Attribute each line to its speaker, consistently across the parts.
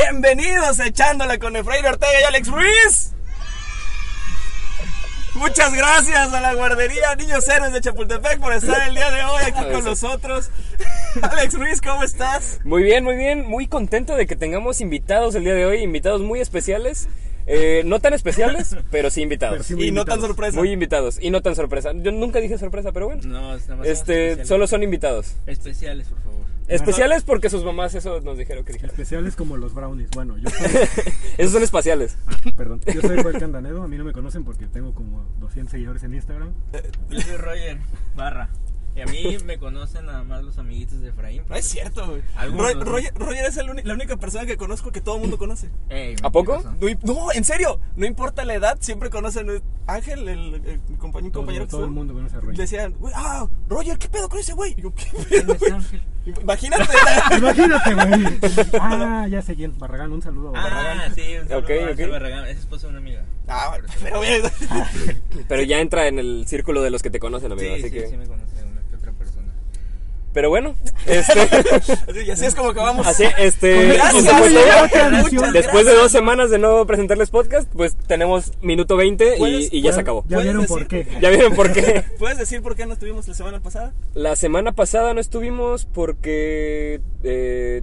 Speaker 1: Bienvenidos a Echándole con Efraín Ortega y Alex Ruiz. Muchas gracias a la guardería Niños Héroes de Chapultepec por estar el día de hoy aquí con nosotros. Alex Ruiz, ¿cómo estás?
Speaker 2: Muy bien, muy bien, muy contento de que tengamos invitados el día de hoy, invitados muy especiales. Eh, no tan especiales, pero sí invitados.
Speaker 3: Pero sí muy
Speaker 1: Y no
Speaker 3: invitados.
Speaker 1: tan sorpresa.
Speaker 2: Muy invitados y no tan sorpresa. Yo nunca dije sorpresa, pero bueno.
Speaker 4: No, es nada más
Speaker 2: Este,
Speaker 4: especiales.
Speaker 2: solo son invitados.
Speaker 4: especiales, por favor.
Speaker 2: Especiales porque sus mamás eso nos dijeron que dijeron.
Speaker 3: Especiales como los brownies. Bueno, yo soy,
Speaker 2: Esos son espaciales.
Speaker 3: perdón, yo soy Joel Candanedo. A mí no me conocen porque tengo como 200 seguidores en Instagram.
Speaker 4: Yo soy Roger Barra. Y a mí me conocen nada más los amiguitos de Efraín.
Speaker 2: Ah,
Speaker 1: No es cierto, güey.
Speaker 4: Algunos,
Speaker 1: Ro-
Speaker 4: ¿no?
Speaker 1: Roger, Roger es el uni- la única persona que conozco que todo el mundo conoce.
Speaker 4: Ey,
Speaker 2: ¿A poco?
Speaker 4: mentiroso.
Speaker 1: No, im- no, en serio, no importa la edad, siempre conocen eh, Ángel, el, el compañero,
Speaker 3: Todo,
Speaker 1: compañero que
Speaker 3: todo el
Speaker 1: estuvo.
Speaker 3: mundo conoce a Roy.
Speaker 1: Decían, güey, ah, Roger, ¿qué pedo con ese güey? Ah, Y yo, ¿qué
Speaker 4: ¿Quién
Speaker 1: pedo,
Speaker 4: es
Speaker 1: güey?
Speaker 4: Ángel?
Speaker 1: Imagínate.
Speaker 3: Imagínate, güey. Ah, ya sé quién. Barragán, un saludo a Barragán.
Speaker 4: Ah, sí, un saludo
Speaker 2: Ok,
Speaker 4: a
Speaker 2: ok.
Speaker 4: Ángel Barragán. Es esposa de una amiga.
Speaker 1: ah, pero güey,
Speaker 2: Pero ya entra en el círculo de los que te conocen, amigo.
Speaker 4: Sí,
Speaker 2: así
Speaker 4: sí,
Speaker 2: que...
Speaker 4: sí me conoce una que otra persona.
Speaker 2: Pero bueno, este,
Speaker 1: así- y así es como que vamos.
Speaker 2: así, este,
Speaker 1: Gracias,
Speaker 2: como
Speaker 1: güey,
Speaker 2: sea,
Speaker 1: otra edición.
Speaker 2: después de dos semanas de no presentarles podcast, pues tenemos minuto 20 y,
Speaker 1: Puedes-
Speaker 2: y ya se
Speaker 3: Ya-
Speaker 2: acabó.
Speaker 3: Ya
Speaker 1: ¿Puedes
Speaker 3: vieron
Speaker 1: decir?
Speaker 3: por qué.
Speaker 2: Ya vieron por qué.
Speaker 1: ¿Puedes decir por qué no estuvimos la semana pasada?
Speaker 2: La semana pasada no estuvimos porque eh,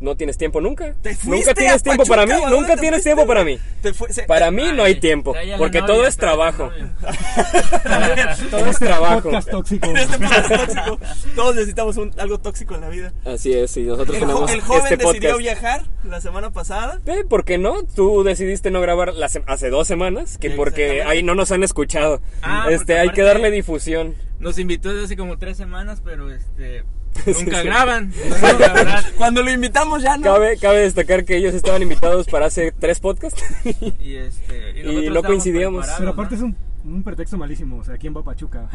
Speaker 2: no tienes tiempo nunca.
Speaker 1: Te fuiste
Speaker 2: Nunca tienes
Speaker 1: a
Speaker 2: tiempo
Speaker 1: Pachuca,
Speaker 2: para mí,
Speaker 1: ¿a dónde
Speaker 2: nunca
Speaker 1: te
Speaker 2: tienes
Speaker 1: fuiste?
Speaker 2: tiempo para mí.
Speaker 1: Te fue- se-
Speaker 2: Para mí no hay
Speaker 4: Ay,
Speaker 2: tiempo,
Speaker 4: trae a la
Speaker 2: porque
Speaker 4: novia,
Speaker 2: todo es
Speaker 4: trae a la
Speaker 2: trabajo.
Speaker 4: novia.
Speaker 2: Todo es trabajo.
Speaker 3: Este Podcast tóxico.
Speaker 1: Este podcast tóxico. Todos necesitamos un- algo tóxico en la vida.
Speaker 2: Así es, y nosotros
Speaker 1: El, jo-
Speaker 2: tenemos
Speaker 1: el joven
Speaker 2: este
Speaker 1: decidió
Speaker 2: podcast.
Speaker 1: viajar la semana pasada.
Speaker 2: Eh, ¿Por qué no? Tú decidiste no grabar la se- hace dos semanas, que
Speaker 4: Sí,
Speaker 2: porque
Speaker 4: exactamente.
Speaker 2: ahí no nos han escuchado.
Speaker 4: Ah, porque
Speaker 2: este, hay que
Speaker 4: aparte-
Speaker 2: darle difusión.
Speaker 4: Nos invitó desde hace como tres semanas, pero este.
Speaker 2: Sí,
Speaker 4: Nunca
Speaker 2: sí.
Speaker 4: graban. Entonces, la verdad,
Speaker 1: Cuando lo invitamos ya no.
Speaker 2: Cabe, cabe destacar que ellos estaban invitados para hacer tres podcasts.
Speaker 4: Y, este,
Speaker 2: Y
Speaker 4: nosotros
Speaker 2: no
Speaker 4: estábamos
Speaker 2: coincidíamos.
Speaker 4: preparados,
Speaker 3: Pero aparte
Speaker 4: ¿no?
Speaker 3: es un, un pretexto malísimo. O sea, ¿quién va a Pachuca?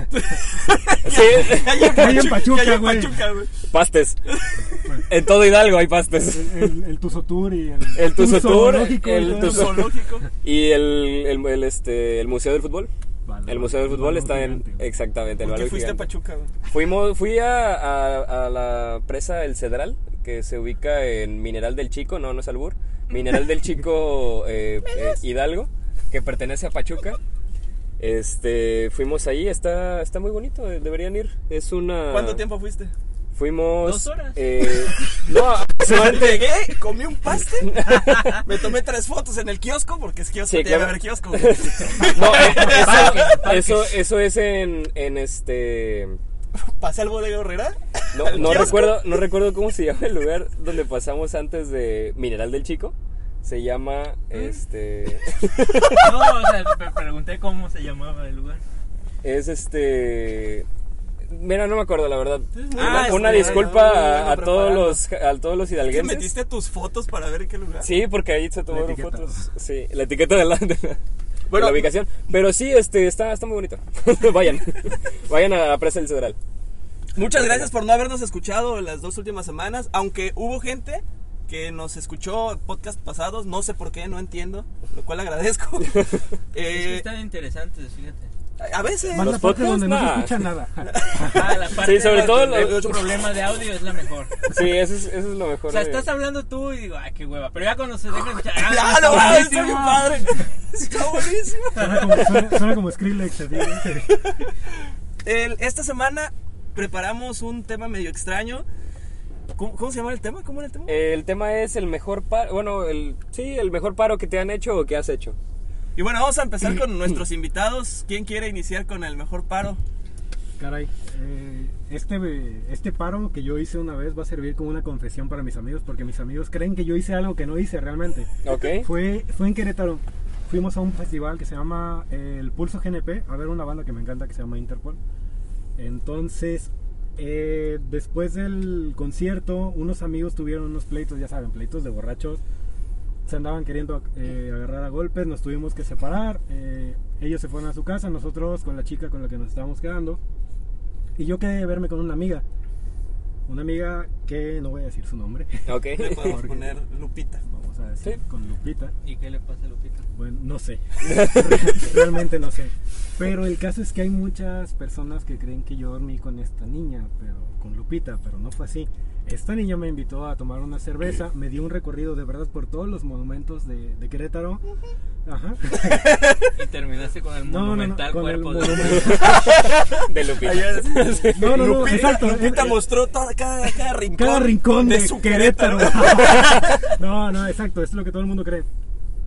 Speaker 2: sí,
Speaker 1: Hay en
Speaker 3: Hay
Speaker 1: Pachuca,
Speaker 3: en Pachuca,
Speaker 1: hay en
Speaker 3: güey.
Speaker 1: Pachuca, güey.
Speaker 2: pastes. En todo Hidalgo hay pastes.
Speaker 3: El, el Tuzo Tour y el.
Speaker 2: El Tuzo
Speaker 3: Tuzo
Speaker 2: Tour,
Speaker 3: Zoológico y
Speaker 2: el
Speaker 3: todo
Speaker 2: Tuzo-
Speaker 3: eso.
Speaker 1: Zoológico.
Speaker 2: Y el, el, el, este, el Museo del Fútbol.
Speaker 3: Vale,
Speaker 2: El Museo del
Speaker 3: vale,
Speaker 2: Fútbol
Speaker 3: vale,
Speaker 2: está en.
Speaker 3: gigante.
Speaker 2: Exactamente, el
Speaker 1: ¿Por qué
Speaker 2: Balón
Speaker 1: fuiste a
Speaker 2: Gigante.
Speaker 1: Pachuca, güey?
Speaker 2: Fuimos, fui a, a- a la presa El Cedral, que se ubica en Mineral del Chico, no, no es Albur. Mineral del Chico eh, eh, Hidalgo, que pertenece a Pachuca. Este, fuimos ahí, está, está muy bonito, eh, deberían ir. Es una.
Speaker 1: ¿Cuánto tiempo fuiste?
Speaker 2: Fuimos.
Speaker 4: Dos horas.
Speaker 2: eh, no, aproximadamente-
Speaker 1: Llegué, ¿eh? comí un paste, me tomé tres fotos en el kiosco, porque es kiosco,
Speaker 2: Sí,
Speaker 1: tiene que
Speaker 2: claro.
Speaker 1: haber kiosco. güey.
Speaker 2: no, eh, eso- eso, eso es en, en este.
Speaker 1: Pasé al bodega horrera.
Speaker 2: No,
Speaker 1: ¿Al
Speaker 2: no
Speaker 1: kiosco?
Speaker 2: recuerdo, no recuerdo cómo se llama el lugar donde pasamos antes de Mineral del Chico. Se
Speaker 1: Ah.
Speaker 2: llama este
Speaker 4: No, o sea, pre- pregunté cómo se llamaba el lugar.
Speaker 2: es este Mira, no me acuerdo la verdad.
Speaker 1: Es muy
Speaker 2: Una-
Speaker 1: bueno,
Speaker 2: una
Speaker 1: muy
Speaker 2: disculpa
Speaker 1: bueno, muy
Speaker 2: a- a,
Speaker 1: bueno
Speaker 2: todos
Speaker 1: preparado.
Speaker 2: los a todos los
Speaker 1: ¿Qué
Speaker 2: hidalguenses.
Speaker 1: metiste tus fotos para ver en qué lugar?
Speaker 2: Sí, porque ahí se tomaron
Speaker 3: etiqueta.
Speaker 2: fotos. Sí, la etiqueta de la, de la- de
Speaker 1: Bueno,
Speaker 2: la ubicación. Pero sí, este está está muy bonito. vayan. Vayan a la presa del Cedral.
Speaker 1: Muchas gracias por no habernos escuchado las dos últimas semanas, aunque hubo gente que nos escuchó en podcast pasados, no sé por qué, no entiendo, lo cual agradezco.
Speaker 4: Es que
Speaker 1: Eh,
Speaker 4: están interesantes, fíjate.
Speaker 1: a veces,
Speaker 3: Más
Speaker 2: Los
Speaker 3: la parte
Speaker 2: podcasts,
Speaker 3: donde no
Speaker 2: nada.
Speaker 3: se escucha nada.
Speaker 4: Ah, la parte
Speaker 2: Sí, sobre
Speaker 4: de-
Speaker 2: todo
Speaker 4: de-
Speaker 2: lo-
Speaker 4: el problema de audio es la mejor.
Speaker 2: Sí, eso es, eso es lo mejor.
Speaker 4: O sea,
Speaker 2: de-
Speaker 4: estás hablando tú y digo, ay, qué hueva. Pero ya cuando se dejan escuchar, ah,
Speaker 1: ya lo
Speaker 4: está
Speaker 1: va, está
Speaker 4: buenísimo.
Speaker 1: bien padre, está buenísimo.
Speaker 3: Suena como, suena- suena como Skrillex. así.
Speaker 1: El- esta semana preparamos un tema medio extraño. ¿Cómo, cómo se llama el tema? ¿Cómo era el tema?
Speaker 2: El tema es el mejor paro, bueno, el, sí, el mejor paro que te han hecho o que has hecho.
Speaker 1: Y bueno, vamos a empezar con nuestros invitados. ¿Quién quiere iniciar con el mejor paro?
Speaker 3: Caray. eh, este, este paro que yo hice una vez va a servir como una confesión para mis amigos porque mis amigos creen que yo hice algo que no hice realmente.
Speaker 2: ¿Ok?
Speaker 3: Fue, fue en Querétaro. Fuimos a un festival que se llama eh, El Pulso GNP, a ver una banda que me encanta que se llama Interpol. Entonces, eh, después del concierto, unos amigos tuvieron unos pleitos, ya saben, pleitos de borrachos. Se andaban queriendo eh, agarrar a golpes, nos tuvimos que separar. eh, ellos se fueron a su casa, nosotros con la chica con la que nos estábamos quedando. Y yo quedé de verme con una amiga. Una amiga que no voy a decir su nombre.
Speaker 2: Ok.
Speaker 1: Le podemos
Speaker 3: Porque-
Speaker 1: poner Lupita.
Speaker 3: Vamos a decir
Speaker 2: Sí.
Speaker 3: con Lupita.
Speaker 4: ¿Y qué le pasa a Lupita?
Speaker 3: Bueno, no sé. Realmente no sé. Pero el caso es que hay muchas personas que creen que yo dormí con esta niña, pero con Lupita, pero no fue así. Esta niña me invitó a tomar una cerveza, me dio un recorrido de verdad por todos los monumentos de, de Querétaro. Ajá.
Speaker 4: Y terminaste con el
Speaker 3: No, no, no,
Speaker 4: monumental
Speaker 3: con el
Speaker 4: cuerpo
Speaker 3: monumento.
Speaker 2: De Lupita.
Speaker 1: Ayer-
Speaker 3: No, no, no,
Speaker 1: Lupita,
Speaker 3: exacto. Eh,
Speaker 1: Lupita
Speaker 3: es-
Speaker 1: mostró toda- cada, cada rincón.
Speaker 3: cada rincón de,
Speaker 1: su
Speaker 3: Querétaro. no, no, exacto, es lo que todo el mundo cree.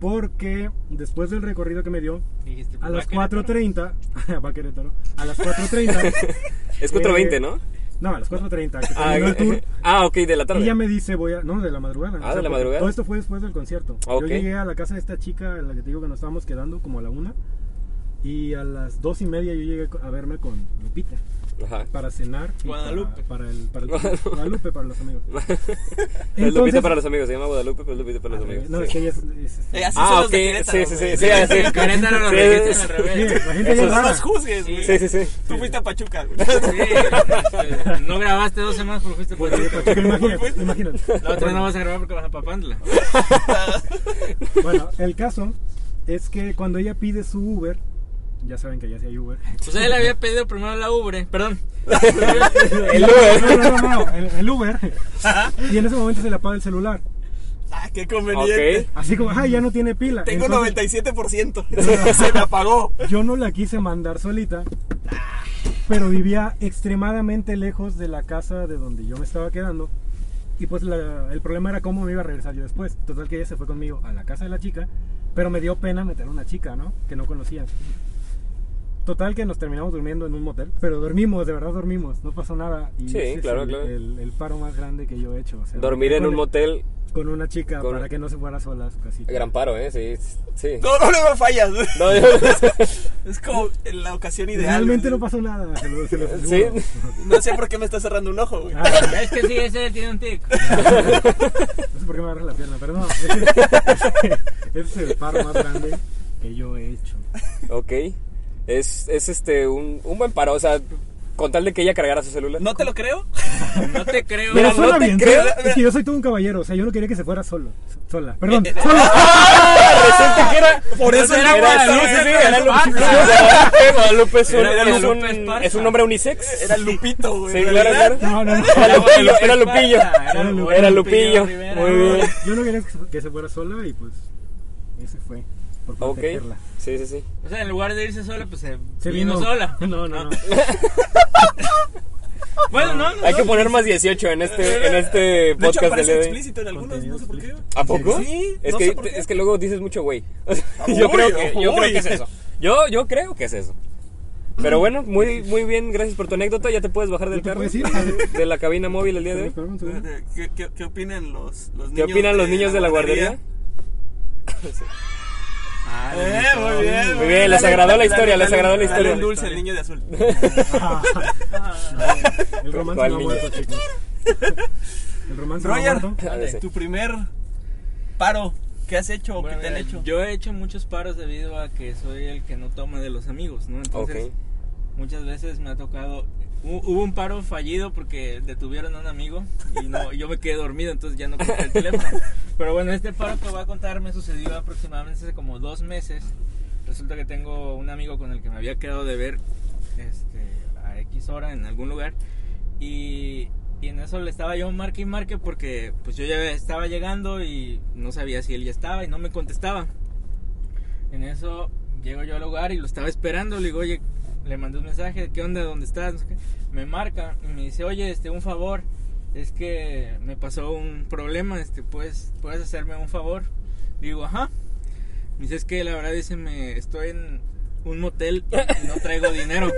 Speaker 3: Porque después del recorrido que me dio,
Speaker 4: Dijiste, "Pues,
Speaker 3: a
Speaker 4: "Va
Speaker 3: las
Speaker 4: Querétaro".
Speaker 3: 4.30, va Querétaro, a las 4.30,
Speaker 2: Es 4.20,
Speaker 3: Eh,
Speaker 2: ¿no?
Speaker 3: no, a las 4.30, que
Speaker 2: Ah,
Speaker 3: terminó el tour,
Speaker 2: eh, ah, ok, de la tarde.
Speaker 3: ella me dice, voy a, no, de la madrugada.
Speaker 2: Ah, de la
Speaker 3: porque
Speaker 2: madrugada.
Speaker 3: Todo esto fue después del concierto.
Speaker 2: Ah, ok.
Speaker 3: Yo llegué a la casa de esta chica, en la que te digo que nos estábamos quedando, como a la una, y a las dos y media yo llegué a verme con Lupita.
Speaker 2: Ajá. Pues,
Speaker 3: para cenar y
Speaker 4: Guadalupe.
Speaker 3: Para, para el, para el- Guadalupe para los amigos
Speaker 2: Es Lupita
Speaker 3: Entonces- Ah,
Speaker 2: para los amigos, se llama Guadalupe, pero es Lupita para los amigos.
Speaker 3: Eh, no, es que
Speaker 2: sí.
Speaker 3: ella es, es- es-
Speaker 1: Ella- Así
Speaker 2: Ah,
Speaker 1: son
Speaker 2: ok,
Speaker 1: los de
Speaker 2: sí,
Speaker 1: Querétaro,
Speaker 2: sí, sí,
Speaker 1: güey.
Speaker 2: sí, así.
Speaker 4: En Querétaro lo
Speaker 2: Sí,
Speaker 4: registran
Speaker 2: sí,
Speaker 4: al
Speaker 3: Sí,
Speaker 4: revés.
Speaker 3: la gente
Speaker 2: Eso
Speaker 3: ya
Speaker 1: No
Speaker 3: es rara.
Speaker 1: los juzgues, güey.
Speaker 2: Sí, sí, sí.
Speaker 1: Tú fuiste a Pachuca, güey.
Speaker 4: Sí, este, no grabaste dos semanas porque fuiste
Speaker 3: Pues,
Speaker 4: por
Speaker 3: Porque imagínate, imagínate.
Speaker 4: La otra no vas a grabar porque vas a Pues, Papantla.
Speaker 3: Bueno, el caso es que cuando ella pide su Uber, ya saben que ya sí hay Uber.
Speaker 4: O sea, él había pedido primero la Uber, perdón.
Speaker 2: El
Speaker 3: No,
Speaker 2: Uber.
Speaker 3: no, no, no, el, el Uber. Y en ese momento se le apaga el celular.
Speaker 1: Ah, qué
Speaker 2: Ok.
Speaker 1: conveniente.
Speaker 3: Así como, ay, ya no tiene pila.
Speaker 1: Tengo
Speaker 3: Entonces,
Speaker 1: 97%. Se me apagó.
Speaker 3: Yo no la quise mandar solita, pero vivía extremadamente lejos de la casa de donde yo me estaba quedando. Y pues la- el problema era cómo me iba a regresar yo después. Total que ella se fue conmigo a la casa de la chica, pero me dio pena meter a una chica, ¿no? Que no conocía. Total que nos terminamos durmiendo en un motel, pero dormimos, de verdad dormimos, no pasó nada. Y
Speaker 2: Sí,
Speaker 3: ese es
Speaker 2: claro,
Speaker 3: el,
Speaker 2: claro.
Speaker 3: El, el paro más grande que yo he hecho. o sea,
Speaker 2: Dormir en
Speaker 3: con-
Speaker 2: un motel,
Speaker 3: Con una chica
Speaker 2: con-
Speaker 3: para que no se fuera sola a su casita.
Speaker 2: gran paro, ¿eh? Sí. sí.
Speaker 1: No, no, no me fallas.
Speaker 2: No, yo-
Speaker 1: Es como en la ocasión ideal.
Speaker 3: Realmente no
Speaker 1: güey.
Speaker 3: pasó nada, se lo, se lo
Speaker 2: Sí.
Speaker 3: aseguro.
Speaker 1: No sé por qué me está cerrando un ojo, güey.
Speaker 3: Ah,
Speaker 4: Es que sí, ese tiene un tic.
Speaker 3: No sé por qué me agarras la pierna, pero no. Ese, ese- ese es el paro más grande que yo he hecho.
Speaker 2: Ok. Es, es este, un, un buen paro, o sea, con tal de que ella cargara su celular.
Speaker 1: No te lo creo.
Speaker 4: No te creo.
Speaker 3: Mira,
Speaker 2: no
Speaker 3: suena
Speaker 2: te
Speaker 3: bien.
Speaker 2: creo,
Speaker 3: suena-
Speaker 1: mira.
Speaker 3: Es que yo soy todo un caballero, o sea, yo no quería que se fuera solo. Sola, perdón.
Speaker 1: Eh, eh,
Speaker 3: sola.
Speaker 2: ah, Resulta que era.
Speaker 1: Por eso
Speaker 4: era
Speaker 1: no
Speaker 2: Era
Speaker 1: pasa,
Speaker 2: Lu-
Speaker 4: Guadalupe,
Speaker 2: sí,
Speaker 1: güey.
Speaker 2: sí, era Lu-
Speaker 1: Ah,
Speaker 2: Guadalupe. Guadalupe es un,
Speaker 4: Era
Speaker 2: es
Speaker 4: Guadalupe
Speaker 2: un-
Speaker 4: Esparza.
Speaker 2: es un nombre unisex.
Speaker 1: Era Lupito, güey.
Speaker 2: Sí,
Speaker 1: en
Speaker 2: claro,
Speaker 1: realidad.
Speaker 2: claro.
Speaker 3: No, no, no.
Speaker 2: Era Lupillo, era Lupillo.
Speaker 4: Era Lupillo.
Speaker 2: Era Lupillo.
Speaker 4: Rivera.
Speaker 2: Muy bien.
Speaker 3: Yo no quería que se- que se fuera sola y pues. Ese fue. Por
Speaker 2: Ok.
Speaker 3: protegerla.
Speaker 2: Sí, sí, sí.
Speaker 4: O sea, en lugar de irse sola, pues se,
Speaker 3: Se
Speaker 4: vino sola.
Speaker 3: No, no, no.
Speaker 4: Bueno, no, no.
Speaker 2: Hay
Speaker 4: no.
Speaker 2: que poner más 18 en este, en este
Speaker 1: De hecho,
Speaker 2: podcast del
Speaker 1: aparece
Speaker 2: día de hoy.
Speaker 1: explícito en algunos, no sé por qué.
Speaker 2: ¿A poco?
Speaker 1: Sí,
Speaker 2: Es,
Speaker 1: no
Speaker 2: que,
Speaker 1: sé por qué.
Speaker 2: es que luego dices mucho güey. yo
Speaker 1: Uy,
Speaker 2: creo que, yo
Speaker 1: uy.
Speaker 2: creo que es eso. Yo, yo creo que es eso. Pero bueno, muy, muy bien, gracias por tu anécdota. Ya te puedes bajar del
Speaker 3: ¿Ya te
Speaker 2: carro.
Speaker 3: puedes ir?
Speaker 2: De la cabina móvil el día de hoy.
Speaker 3: Espera un segundo.
Speaker 1: ¿Qué, qué, qué opinan los, los
Speaker 2: ¿Qué
Speaker 1: niños?
Speaker 2: opinan los niños de la guardería?
Speaker 4: Ah,
Speaker 1: Eh, muy bien.
Speaker 2: Muy bien, les agradó la historia, les agradó la
Speaker 1: Dale
Speaker 2: historia.
Speaker 1: un dulce, el niño de azul.
Speaker 3: El romance
Speaker 2: ¿Cuál
Speaker 3: no ha
Speaker 2: niño?
Speaker 3: muerto, chicos. El romance
Speaker 1: Roger,
Speaker 3: no ha muerto.
Speaker 2: A ver, sí.
Speaker 1: tu primer paro, ¿qué has hecho o
Speaker 4: Bueno,
Speaker 1: qué te han
Speaker 4: mira,
Speaker 1: hecho?
Speaker 4: Yo he hecho muchos paros debido a que soy el que no toma de los amigos, ¿no? Entonces,
Speaker 2: Ok.
Speaker 4: muchas veces me ha tocado. hu- Hubo un paro fallido porque detuvieron a un amigo y no, yo me quedé dormido, entonces ya no cogí el teléfono. Pero bueno, este paro que voy a contar me sucedió aproximadamente hace como dos meses. Resulta que tengo un amigo con el que me había quedado de ver este, a X hora en algún lugar y, y en eso le estaba yo marque y marque porque pues yo ya estaba llegando y no sabía si él ya estaba y no me contestaba. En eso llego yo al hogar y lo estaba esperando. Le digo, oye, le mandé un mensaje, ¿qué onda? ¿Dónde estás? No sé qué. Me marca y me dice, oye, este, un favor. Es que me pasó un problema, este, pues, ¿puedes hacerme un favor? Digo, ajá. Me dice, es que la verdad, dice, me estoy en un motel y no traigo dinero.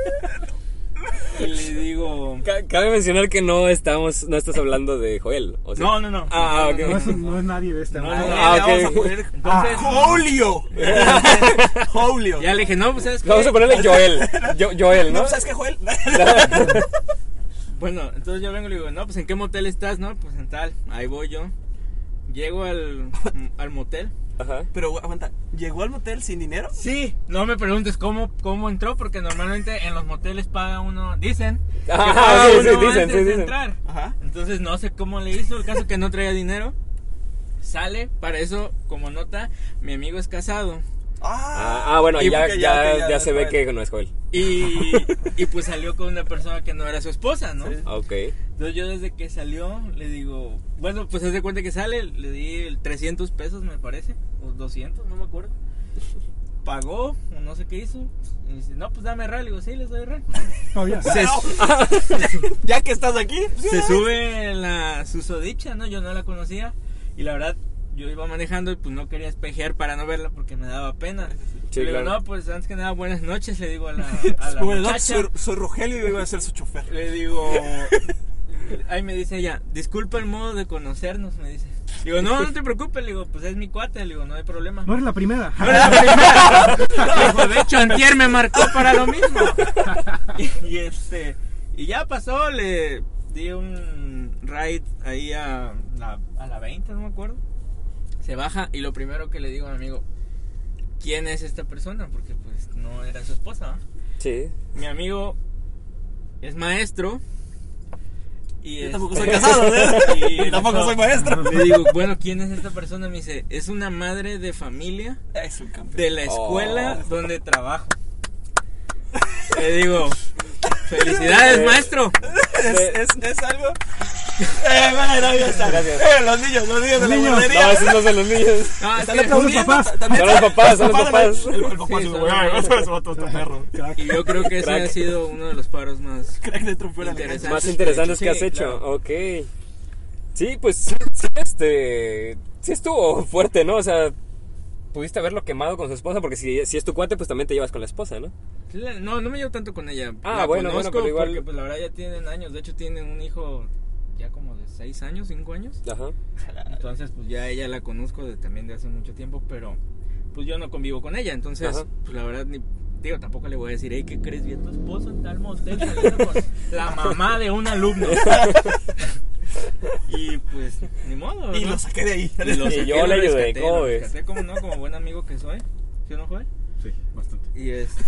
Speaker 4: Y le digo,
Speaker 2: Ca- Cabe mencionar que no estamos, no estás hablando de Joel. o sea.
Speaker 4: no, no, no.
Speaker 2: Ah,
Speaker 4: No,
Speaker 2: ok.
Speaker 4: no,
Speaker 3: No
Speaker 4: no.
Speaker 3: es, no es nadie de este esta.
Speaker 4: No,
Speaker 3: madre.
Speaker 1: Ah,
Speaker 4: no,
Speaker 1: le
Speaker 2: ok. Ah,
Speaker 1: Vamos a poner Ah.
Speaker 4: Entonces,
Speaker 1: Julio. Julio.
Speaker 4: ya le dije, no, pues, ¿sabes qué?
Speaker 2: Vamos a ponerle Joel. Yo- Joel,
Speaker 1: ¿No
Speaker 2: ¿no?
Speaker 1: pues, sabes qué, Joel?
Speaker 4: Bueno, entonces yo vengo y le digo, no, pues en qué motel estás, no, pues en tal, ahí voy yo. Llego al, al motel
Speaker 2: Ajá.
Speaker 1: Pero güey, aguanta, ¿llegó al motel sin dinero?
Speaker 4: Sí, no me preguntes cómo, cómo entró, porque normalmente en los moteles paga uno, dicen, que
Speaker 2: Ah,
Speaker 4: paga
Speaker 2: sí,
Speaker 4: uno
Speaker 2: sí, dicen,
Speaker 4: antes
Speaker 2: sí,
Speaker 4: de
Speaker 2: dicen.
Speaker 4: entrar.
Speaker 1: Ajá.
Speaker 4: Entonces no sé cómo le hizo, el caso que no traía dinero. Sale, para eso, como nota, mi amigo es casado.
Speaker 2: Ah, ah, bueno,
Speaker 1: y
Speaker 2: ya,
Speaker 1: porque
Speaker 2: ya,
Speaker 1: ok,
Speaker 2: ya, se ve
Speaker 1: bueno.
Speaker 2: que no es Joel.
Speaker 4: Y, y pues salió con una persona que no era su esposa, ¿no?
Speaker 1: Sí.
Speaker 2: Ok.
Speaker 4: Entonces yo desde que salió le digo, bueno, pues hace cuenta que sale, le di el 300 pesos me parece, o 200, no me acuerdo. Pagó, o no sé qué hizo. Y dice, no, pues dame real. Le digo, sí, les doy real.
Speaker 3: Todavía.
Speaker 4: Se,
Speaker 1: Ah, Ya que estás aquí.
Speaker 4: se sube la susodicha, ¿no? Yo no la conocía. Y la verdad, yo iba manejando y pues no quería espejear para no verla porque me daba pena.
Speaker 2: Sí,
Speaker 4: le digo,
Speaker 2: claro.
Speaker 4: no, pues antes que nada, buenas noches, le digo a la, a la
Speaker 1: Bueno,
Speaker 4: muchacha.
Speaker 1: soy, soy Rogelio y yo voy a ser su chofer.
Speaker 4: Le digo. Ahí me dice ella, disculpa el modo de conocernos, me dice. Digo, no, no te preocupes, le digo, pues es mi cuate, le digo, no hay problema.
Speaker 3: No eres la primera.
Speaker 4: No era la primera. Dijo, de hecho, Antier me marcó para lo mismo. Y, y este, y ya pasó, le di un ride ahí a la, a la 20, no me acuerdo. Se baja y lo primero que le digo a mi amigo, ¿quién es esta persona? Porque pues no era su esposa. ¿va?
Speaker 2: Sí.
Speaker 4: Mi amigo es maestro. Y
Speaker 1: Yo
Speaker 4: este-
Speaker 1: tampoco soy casado, ¿eh?
Speaker 4: Y
Speaker 1: tampoco
Speaker 4: no.
Speaker 1: soy maestro.
Speaker 4: Le digo, bueno, ¿quién es esta persona? Me dice, es una madre de familia
Speaker 1: Es un campeón.
Speaker 4: de la escuela
Speaker 2: Oh.
Speaker 4: donde trabajo. Le digo,
Speaker 1: Eh,
Speaker 4: felicidades, maestro.
Speaker 1: Es, es, es algo. Eh, bueno, no, ya está.
Speaker 2: Gracias.
Speaker 1: Eh, los niños, los niños de la
Speaker 3: Niños.
Speaker 2: No,
Speaker 1: guardería.
Speaker 2: esos no son los niños.
Speaker 4: No,
Speaker 1: Están
Speaker 4: es que-
Speaker 1: aplaudiendo.
Speaker 3: Son los papás.
Speaker 1: También
Speaker 2: Son los
Speaker 1: están-
Speaker 2: papás, son los
Speaker 1: papás.
Speaker 2: papás.
Speaker 1: El, el papá
Speaker 4: Sí,
Speaker 1: es un
Speaker 4: son
Speaker 1: güey.
Speaker 4: los
Speaker 1: Eso es otro perro.
Speaker 3: Crack.
Speaker 4: y yo creo que ese
Speaker 2: Crack.
Speaker 4: ha sido uno de los paros más.
Speaker 1: Crack de trompuela.
Speaker 4: Interesante.
Speaker 2: Más interesantes
Speaker 4: Sí,
Speaker 2: que has hecho.
Speaker 4: claro.
Speaker 2: Ok. Sí, pues sí, sí, este. Sí estuvo fuerte, ¿no? O sea, pudiste haberlo quemado con su esposa, porque si, si es tu cuate, pues también te llevas con la esposa, ¿no?
Speaker 4: No, no me llevo tanto con ella.
Speaker 2: Ah, bueno,
Speaker 4: La
Speaker 2: bueno,
Speaker 4: conozco
Speaker 2: pero igual-
Speaker 4: Porque pues la verdad ya tienen años. De hecho, tienen un hijo ya como de 6 años, 5 años.
Speaker 2: Ajá.
Speaker 4: Entonces, pues ya ella la conozco de, también de hace mucho tiempo, pero pues yo no convivo con ella. Entonces,
Speaker 2: Ajá.
Speaker 4: pues la verdad, ni, digo, tampoco le voy a decir, hey, ¿qué crees? Vi a tu esposo en tal motel saliendo con la mamá de un alumno. y pues, ni modo.
Speaker 1: Y
Speaker 4: ¿no?
Speaker 1: lo saqué de ahí.
Speaker 4: Y lo
Speaker 2: Y
Speaker 4: saqué,
Speaker 2: yo
Speaker 4: lo
Speaker 2: le ayudé,
Speaker 4: rescaté,
Speaker 2: ¿cómo
Speaker 4: lo
Speaker 2: ves?
Speaker 4: rescaté como no, como buen amigo que soy. ¿Sí o no, Joel?
Speaker 3: Sí, bastante.
Speaker 4: Y este.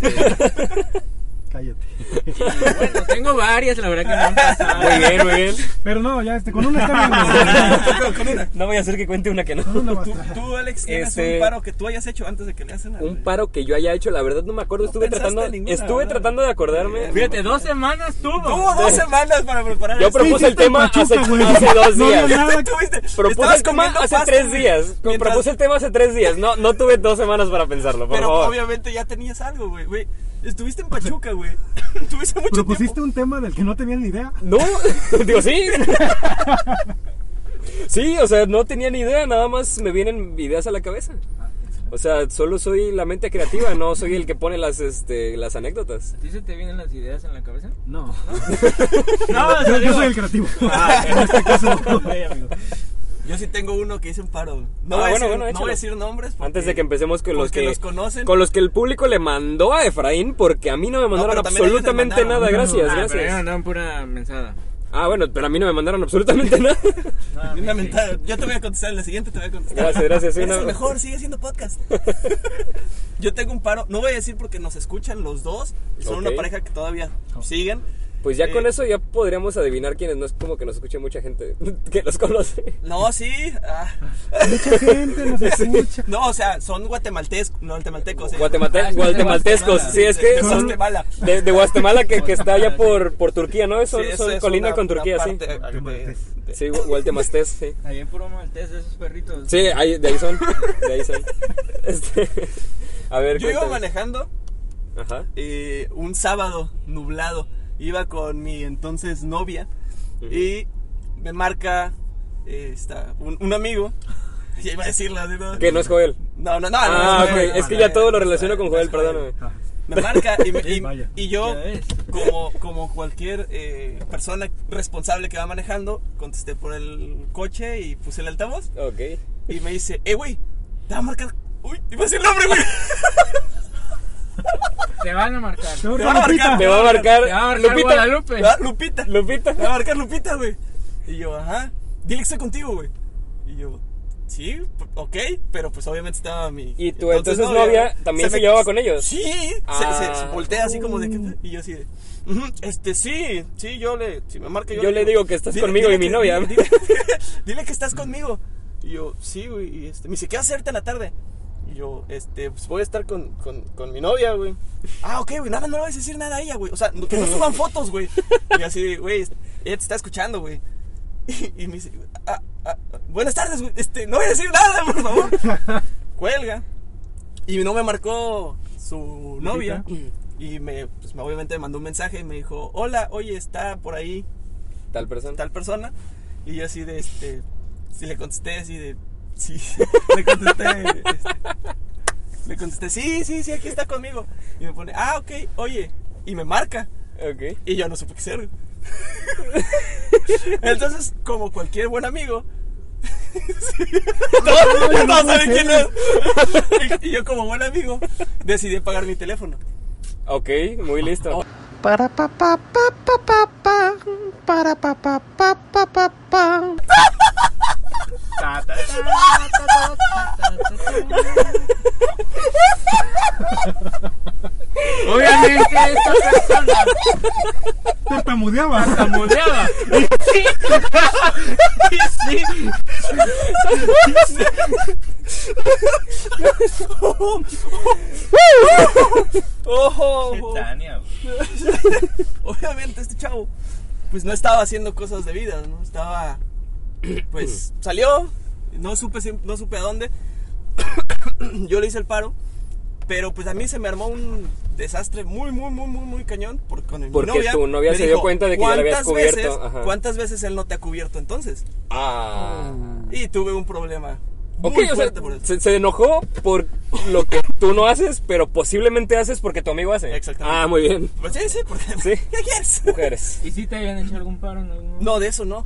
Speaker 3: Cállate.
Speaker 4: y bueno, tengo varias, la verdad que me han pasado.
Speaker 2: Muy bien, muy bien.
Speaker 3: Pero no, ya este, con una está bien.
Speaker 1: Con una.
Speaker 2: No voy a hacer que cuente una que no.
Speaker 3: Con una
Speaker 1: Tú,
Speaker 3: basta.
Speaker 1: tú, Alex, tienes
Speaker 2: Este-
Speaker 1: un paro que tú hayas hecho antes de que le hacen a
Speaker 2: Un paro que yo haya hecho, la verdad no me acuerdo.
Speaker 1: No
Speaker 2: estuve
Speaker 1: pensaste
Speaker 2: tratando,
Speaker 1: en ninguna,
Speaker 2: estuve
Speaker 1: ¿verdad?
Speaker 2: tratando de acordarme.
Speaker 4: Fíjate, dos semanas tuvo.
Speaker 1: Tuvo dos semanas para preparar
Speaker 2: Yo
Speaker 1: esto.
Speaker 2: propuse el
Speaker 3: hiciste en
Speaker 2: tema hace,
Speaker 3: Pachuca, güey?
Speaker 2: hace dos
Speaker 3: No había
Speaker 2: días.
Speaker 3: nada
Speaker 1: Tú tuviste-
Speaker 2: Propuse
Speaker 1: estabas
Speaker 2: el tema
Speaker 1: comiendo
Speaker 2: hace
Speaker 1: pasta,
Speaker 2: tres
Speaker 1: güey,
Speaker 2: días. Co-
Speaker 1: mientras-
Speaker 2: Propuse el tema hace tres días. No, no tuve dos semanas para pensarlo, por
Speaker 1: Pero
Speaker 2: favor.
Speaker 1: obviamente ya tenías algo, güey. güey. Estuviste en Pachuca, güey. Tuviste mucho
Speaker 3: Propusiste
Speaker 1: tiempo.
Speaker 3: un tema del que no tenías ni idea.
Speaker 2: No, digo, sí. Sí, o sea, no tenía ni idea, nada más me vienen ideas a la cabeza. O sea, solo soy la mente creativa, no soy el que pone las, este, las anécdotas.
Speaker 4: ¿A ti se te vienen las ideas en la cabeza?
Speaker 3: No.
Speaker 4: No, o sea,
Speaker 3: Yo, yo
Speaker 4: digo-
Speaker 3: soy el creativo. Ah, este
Speaker 4: Ok, amigo.
Speaker 1: Yo sí tengo uno que hice un paro. No, voy,
Speaker 2: Ah,
Speaker 1: a
Speaker 2: bueno,
Speaker 1: decir,
Speaker 2: bueno,
Speaker 1: no
Speaker 2: échalo.
Speaker 1: voy a decir nombres. porque-
Speaker 2: Antes de que empecemos con los
Speaker 1: porque
Speaker 2: que
Speaker 1: los conocen.
Speaker 2: con los que el público le mandó a Efraín, porque a mí no me mandaron
Speaker 1: pero también ellos te
Speaker 2: absolutamente
Speaker 1: mandaron.
Speaker 2: nada, gracias,
Speaker 4: Ah, Pero me
Speaker 2: gracias.
Speaker 4: mandaron pura mensada.
Speaker 2: Ah, bueno, pero a mí no me mandaron absolutamente nada.
Speaker 1: Ni una mentada. Yo te voy a contestar, en la siguiente te voy a contestar.
Speaker 2: Gracias, gracias, sí,
Speaker 1: Eres
Speaker 2: no.
Speaker 1: el mejor, sigue haciendo podcast. Yo tengo un paro, no voy a decir porque nos escuchan los dos, son
Speaker 2: Ok.
Speaker 1: una pareja que todavía siguen.
Speaker 2: Pues ya con
Speaker 1: Eh.
Speaker 2: eso ya podríamos adivinar quiénes, no es como que nos escuche mucha gente que los conoce.
Speaker 1: No, sí, ah,
Speaker 3: Mucha gente nos escucha.
Speaker 1: no, o sea, son guatemaltecos, no, guatemaltecos. sí.
Speaker 2: Guatemate-
Speaker 4: Ah, es de
Speaker 2: guatemaltecos,
Speaker 4: Guatemala.
Speaker 2: sí, es que
Speaker 1: De Guatemala.
Speaker 2: de, de Guatemala que, que está allá
Speaker 4: Guatemala,
Speaker 2: por, por Turquía, ¿no? Eso,
Speaker 1: Sí, eso
Speaker 2: son
Speaker 1: es
Speaker 2: colinda
Speaker 1: una-
Speaker 2: con
Speaker 1: una
Speaker 2: Turquía, sí.
Speaker 1: parte de- de- de-
Speaker 2: Sí, gu- guatemaltez, sí.
Speaker 4: Ahí en puro maltés de esos perritos.
Speaker 2: Sí, ahí, de ahí son, de ahí son. Este, a ver,
Speaker 1: Yo iba
Speaker 2: cuéntame.
Speaker 1: manejando
Speaker 2: Ajá.
Speaker 1: eh, un sábado nublado. Iba con mi entonces novia y me marca eh, esta, un, un amigo. Ya iba a decirlo, así, ¿no?
Speaker 2: Que no es Joel.
Speaker 1: No, no, no.
Speaker 2: Ah,
Speaker 1: no, no,
Speaker 2: ok,
Speaker 1: no,
Speaker 2: es que
Speaker 1: no,
Speaker 2: ya
Speaker 1: no,
Speaker 2: todo lo
Speaker 1: no,
Speaker 2: relaciono
Speaker 1: no,
Speaker 2: con
Speaker 1: no,
Speaker 2: Joel,
Speaker 1: no,
Speaker 2: perdóname.
Speaker 3: Ah,
Speaker 1: Me marca y, me- y-
Speaker 3: Vaya.
Speaker 1: y yo,
Speaker 4: Ya ves.
Speaker 1: como, como cualquier eh, persona responsable que va manejando, contesté por el coche y puse el altavoz
Speaker 2: Ok.
Speaker 1: y me dice, eh, güey, te va a marcar... Uy, iba a decir el nombre, güey.
Speaker 4: Te van a marcar.
Speaker 3: Te voy
Speaker 1: Te
Speaker 3: a
Speaker 1: va a
Speaker 3: dar
Speaker 1: marcar.
Speaker 2: Te va a marcar,
Speaker 4: Te va a marcar
Speaker 2: Lupita.
Speaker 4: Guadalupe.
Speaker 1: Ah, Lupita.
Speaker 2: Lupita.
Speaker 1: Me va a marcar Lupita, güey. Y yo, ajá. Dile que estoy contigo, güey. Y yo, sí, p- ok, pero pues obviamente estaba mi.
Speaker 2: ¿Y tu entonces novia también se
Speaker 1: me-
Speaker 2: llevaba con ellos?
Speaker 1: Sí, se- se,
Speaker 2: Ah. Mm.
Speaker 1: se voltea así como de que. Y yo así de. "Ujú, Este sí, sí, yo le. Si me marca, yo,
Speaker 2: Yo le digo que estás conmigo y mi
Speaker 1: que-
Speaker 2: novia.
Speaker 1: Dile, dile que estás conmigo. Y yo, sí, güey. Y este, me dice, ¿qué vas a hacer ahorita en la tarde? Y yo, este, pues voy a estar con, con, con mi novia, güey. Ah, ok, güey, nada, no le vas a decir nada a ella, güey. O sea, no- que no suban fotos, güey. Y así, de, güey, este, ella te está escuchando, güey. Y, y me dice, "Ah, ah, ah, buenas tardes, güey. Este, no voy a decir nada, por favor. Cuelga. Y no me marcó su novia. Y me, pues, obviamente me mandó un mensaje y me dijo, hola, oye, está por ahí
Speaker 2: Tal persona.
Speaker 1: tal persona. Y yo así de, este, si le contesté así de, sí, le contesté, este, le contesté, sí, sí, sí, aquí está conmigo. Y me pone, ah, ok, oye, y me marca.
Speaker 2: Ok.
Speaker 1: Y yo no supe qué hacer. Entonces, como cualquier buen amigo, todos, todos saben quién es. Y, y yo como buen amigo, decidí apagar mi teléfono.
Speaker 2: Ok, muy
Speaker 1: Oh.
Speaker 2: listo.
Speaker 5: Para pa pa pa pa pa pa para pa pa pa pa pa pa.
Speaker 4: Ta, ta, ta. Obviamente esta persona
Speaker 3: Tartamudeaba.
Speaker 4: mudeaba. Sí. Sí.
Speaker 1: ¡Ojo!
Speaker 4: Tania, güey.
Speaker 1: obviamente este chavo pues no estaba haciendo cosas de vida, ¿no? Estaba pues salió, no supe si- no supe a dónde. Yo le hice el paro, pero pues a mí se me armó un desastre muy muy muy muy muy cañón porque con mi
Speaker 2: Porque
Speaker 1: novia
Speaker 2: tu novia
Speaker 1: me
Speaker 2: se dio cuenta de que ya la habías
Speaker 1: "¿Cuántas veces-
Speaker 2: cubierto?" Ajá.
Speaker 1: ¿Cuántas veces él no te ha cubierto entonces?
Speaker 2: Ah.
Speaker 1: Y tuve un problema
Speaker 2: Ok,
Speaker 1: muy
Speaker 2: o sea,
Speaker 1: fuerte por eso.
Speaker 2: se, se enojó por lo que tú no haces, pero posiblemente haces porque tu amigo hace.
Speaker 1: Exactamente.
Speaker 2: Ah, muy bien.
Speaker 1: Pues sí, sí, porque
Speaker 2: Sí.
Speaker 1: ¿qué quieres?
Speaker 2: Mujeres.
Speaker 4: ¿Y si te habían hecho algún paro en algún
Speaker 1: No, de eso no.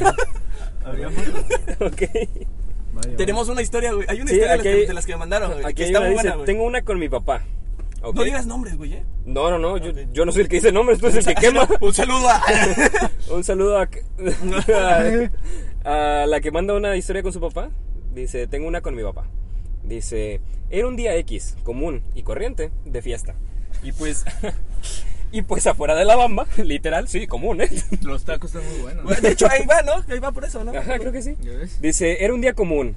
Speaker 2: Ok.
Speaker 3: Vaya,
Speaker 1: Tenemos una historia, güey. Hay una
Speaker 2: Sí,
Speaker 1: historia de las
Speaker 2: aquí
Speaker 1: que-
Speaker 2: hay-
Speaker 1: de las que me mandaron, güey.
Speaker 2: Aquí
Speaker 1: que
Speaker 2: hay
Speaker 1: está
Speaker 2: una
Speaker 1: muy
Speaker 2: dice,
Speaker 1: buena, güey.
Speaker 2: tengo una con mi papá. Ok.
Speaker 1: No digas nombres, güey, ¿eh?
Speaker 2: No, no, no, yo,
Speaker 1: Ok.
Speaker 2: yo no soy el que dice nombres, tú eres el que quema.
Speaker 1: Un saludo a...
Speaker 2: Un saludo a, a- a la que manda una historia con su papá. Dice, tengo una con mi papá. Dice, era un día X, común y corriente, de fiesta. Y pues, y pues afuera de la bamba, literal, sí, común, ¿eh?
Speaker 4: Los tacos están muy buenos.
Speaker 1: Bueno, De hecho, ahí va, ¿no? Ahí va por eso, ¿no?
Speaker 2: Ajá, creo que sí.
Speaker 4: ¿Ya ves?
Speaker 2: Dice, era un día común.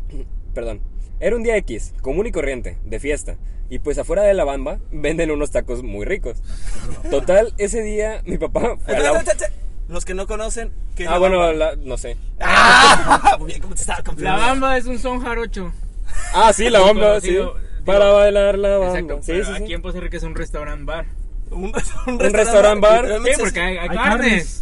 Speaker 2: Perdón. Era un día X, común y corriente, de fiesta. Y pues afuera de la bamba venden unos tacos muy ricos. Total, ese día mi papá fue a
Speaker 1: Espera,
Speaker 2: la...
Speaker 1: espera, espera. Los que no conocen... que
Speaker 2: Ah,
Speaker 1: no-
Speaker 2: bueno, la- no sé.
Speaker 1: ¡Ah! Muy bien, ¿cómo te estaba
Speaker 4: La
Speaker 1: confundiendo?
Speaker 4: bamba es un son jarocho.
Speaker 2: Ah, sí, la
Speaker 4: Muy
Speaker 2: bamba, sí.
Speaker 4: conocido,
Speaker 2: Para
Speaker 4: digo,
Speaker 2: bailar la bamba.
Speaker 4: Exacto.
Speaker 2: Sí,
Speaker 4: pero
Speaker 2: sí, sí.
Speaker 4: aquí en Poza Rica es un restaurant bar.
Speaker 1: Un, un
Speaker 2: Un restaurant bar.
Speaker 1: literalmente
Speaker 4: Sí,
Speaker 1: es-
Speaker 4: porque hay, hay
Speaker 3: Hay
Speaker 4: carnes.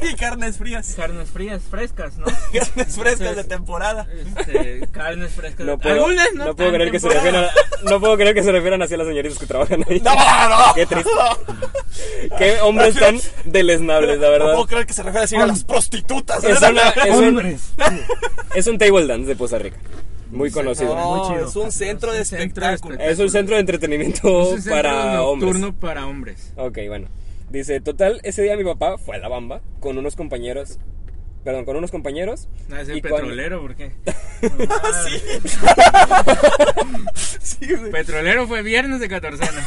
Speaker 1: Hay carnes frías.
Speaker 4: Carnes frías, frescas, ¿no?
Speaker 1: Carnes frescas de
Speaker 4: Entonces,
Speaker 1: temporada.
Speaker 4: Este, carnes frescas.
Speaker 2: No puedo,
Speaker 4: Algunas no.
Speaker 2: no puedo
Speaker 4: tan
Speaker 2: creer que se
Speaker 4: temporada.
Speaker 2: refieran, no puedo creer que se refieran así a las señoritas que trabajan ahí.
Speaker 1: ¡No, no!
Speaker 2: Qué triste. Qué hombres tan deleznables, la
Speaker 1: No
Speaker 2: verdad.
Speaker 1: puedo creer que se refiere así a las prostitutas.
Speaker 2: Es una- es un,
Speaker 3: Hombres.
Speaker 2: es un table dance de Poza Rica. Muy conocido.
Speaker 1: No,
Speaker 3: Muy chido.
Speaker 1: es un centro de
Speaker 4: Es un centro de
Speaker 1: espectáculo.
Speaker 2: Es un centro de entretenimiento
Speaker 4: Es un
Speaker 2: para
Speaker 4: centro
Speaker 2: hombres.
Speaker 4: nocturno para hombres.
Speaker 2: Ok, bueno. Dice, total, ese día mi papá fue a la bamba con unos compañeros. Perdón, con unos compañeros.
Speaker 4: No, es el
Speaker 2: y cuando-
Speaker 4: Ah, petrolero, ¿por qué?
Speaker 1: Ah, Sí, güey.
Speaker 4: Petrolero fue viernes de catorcena.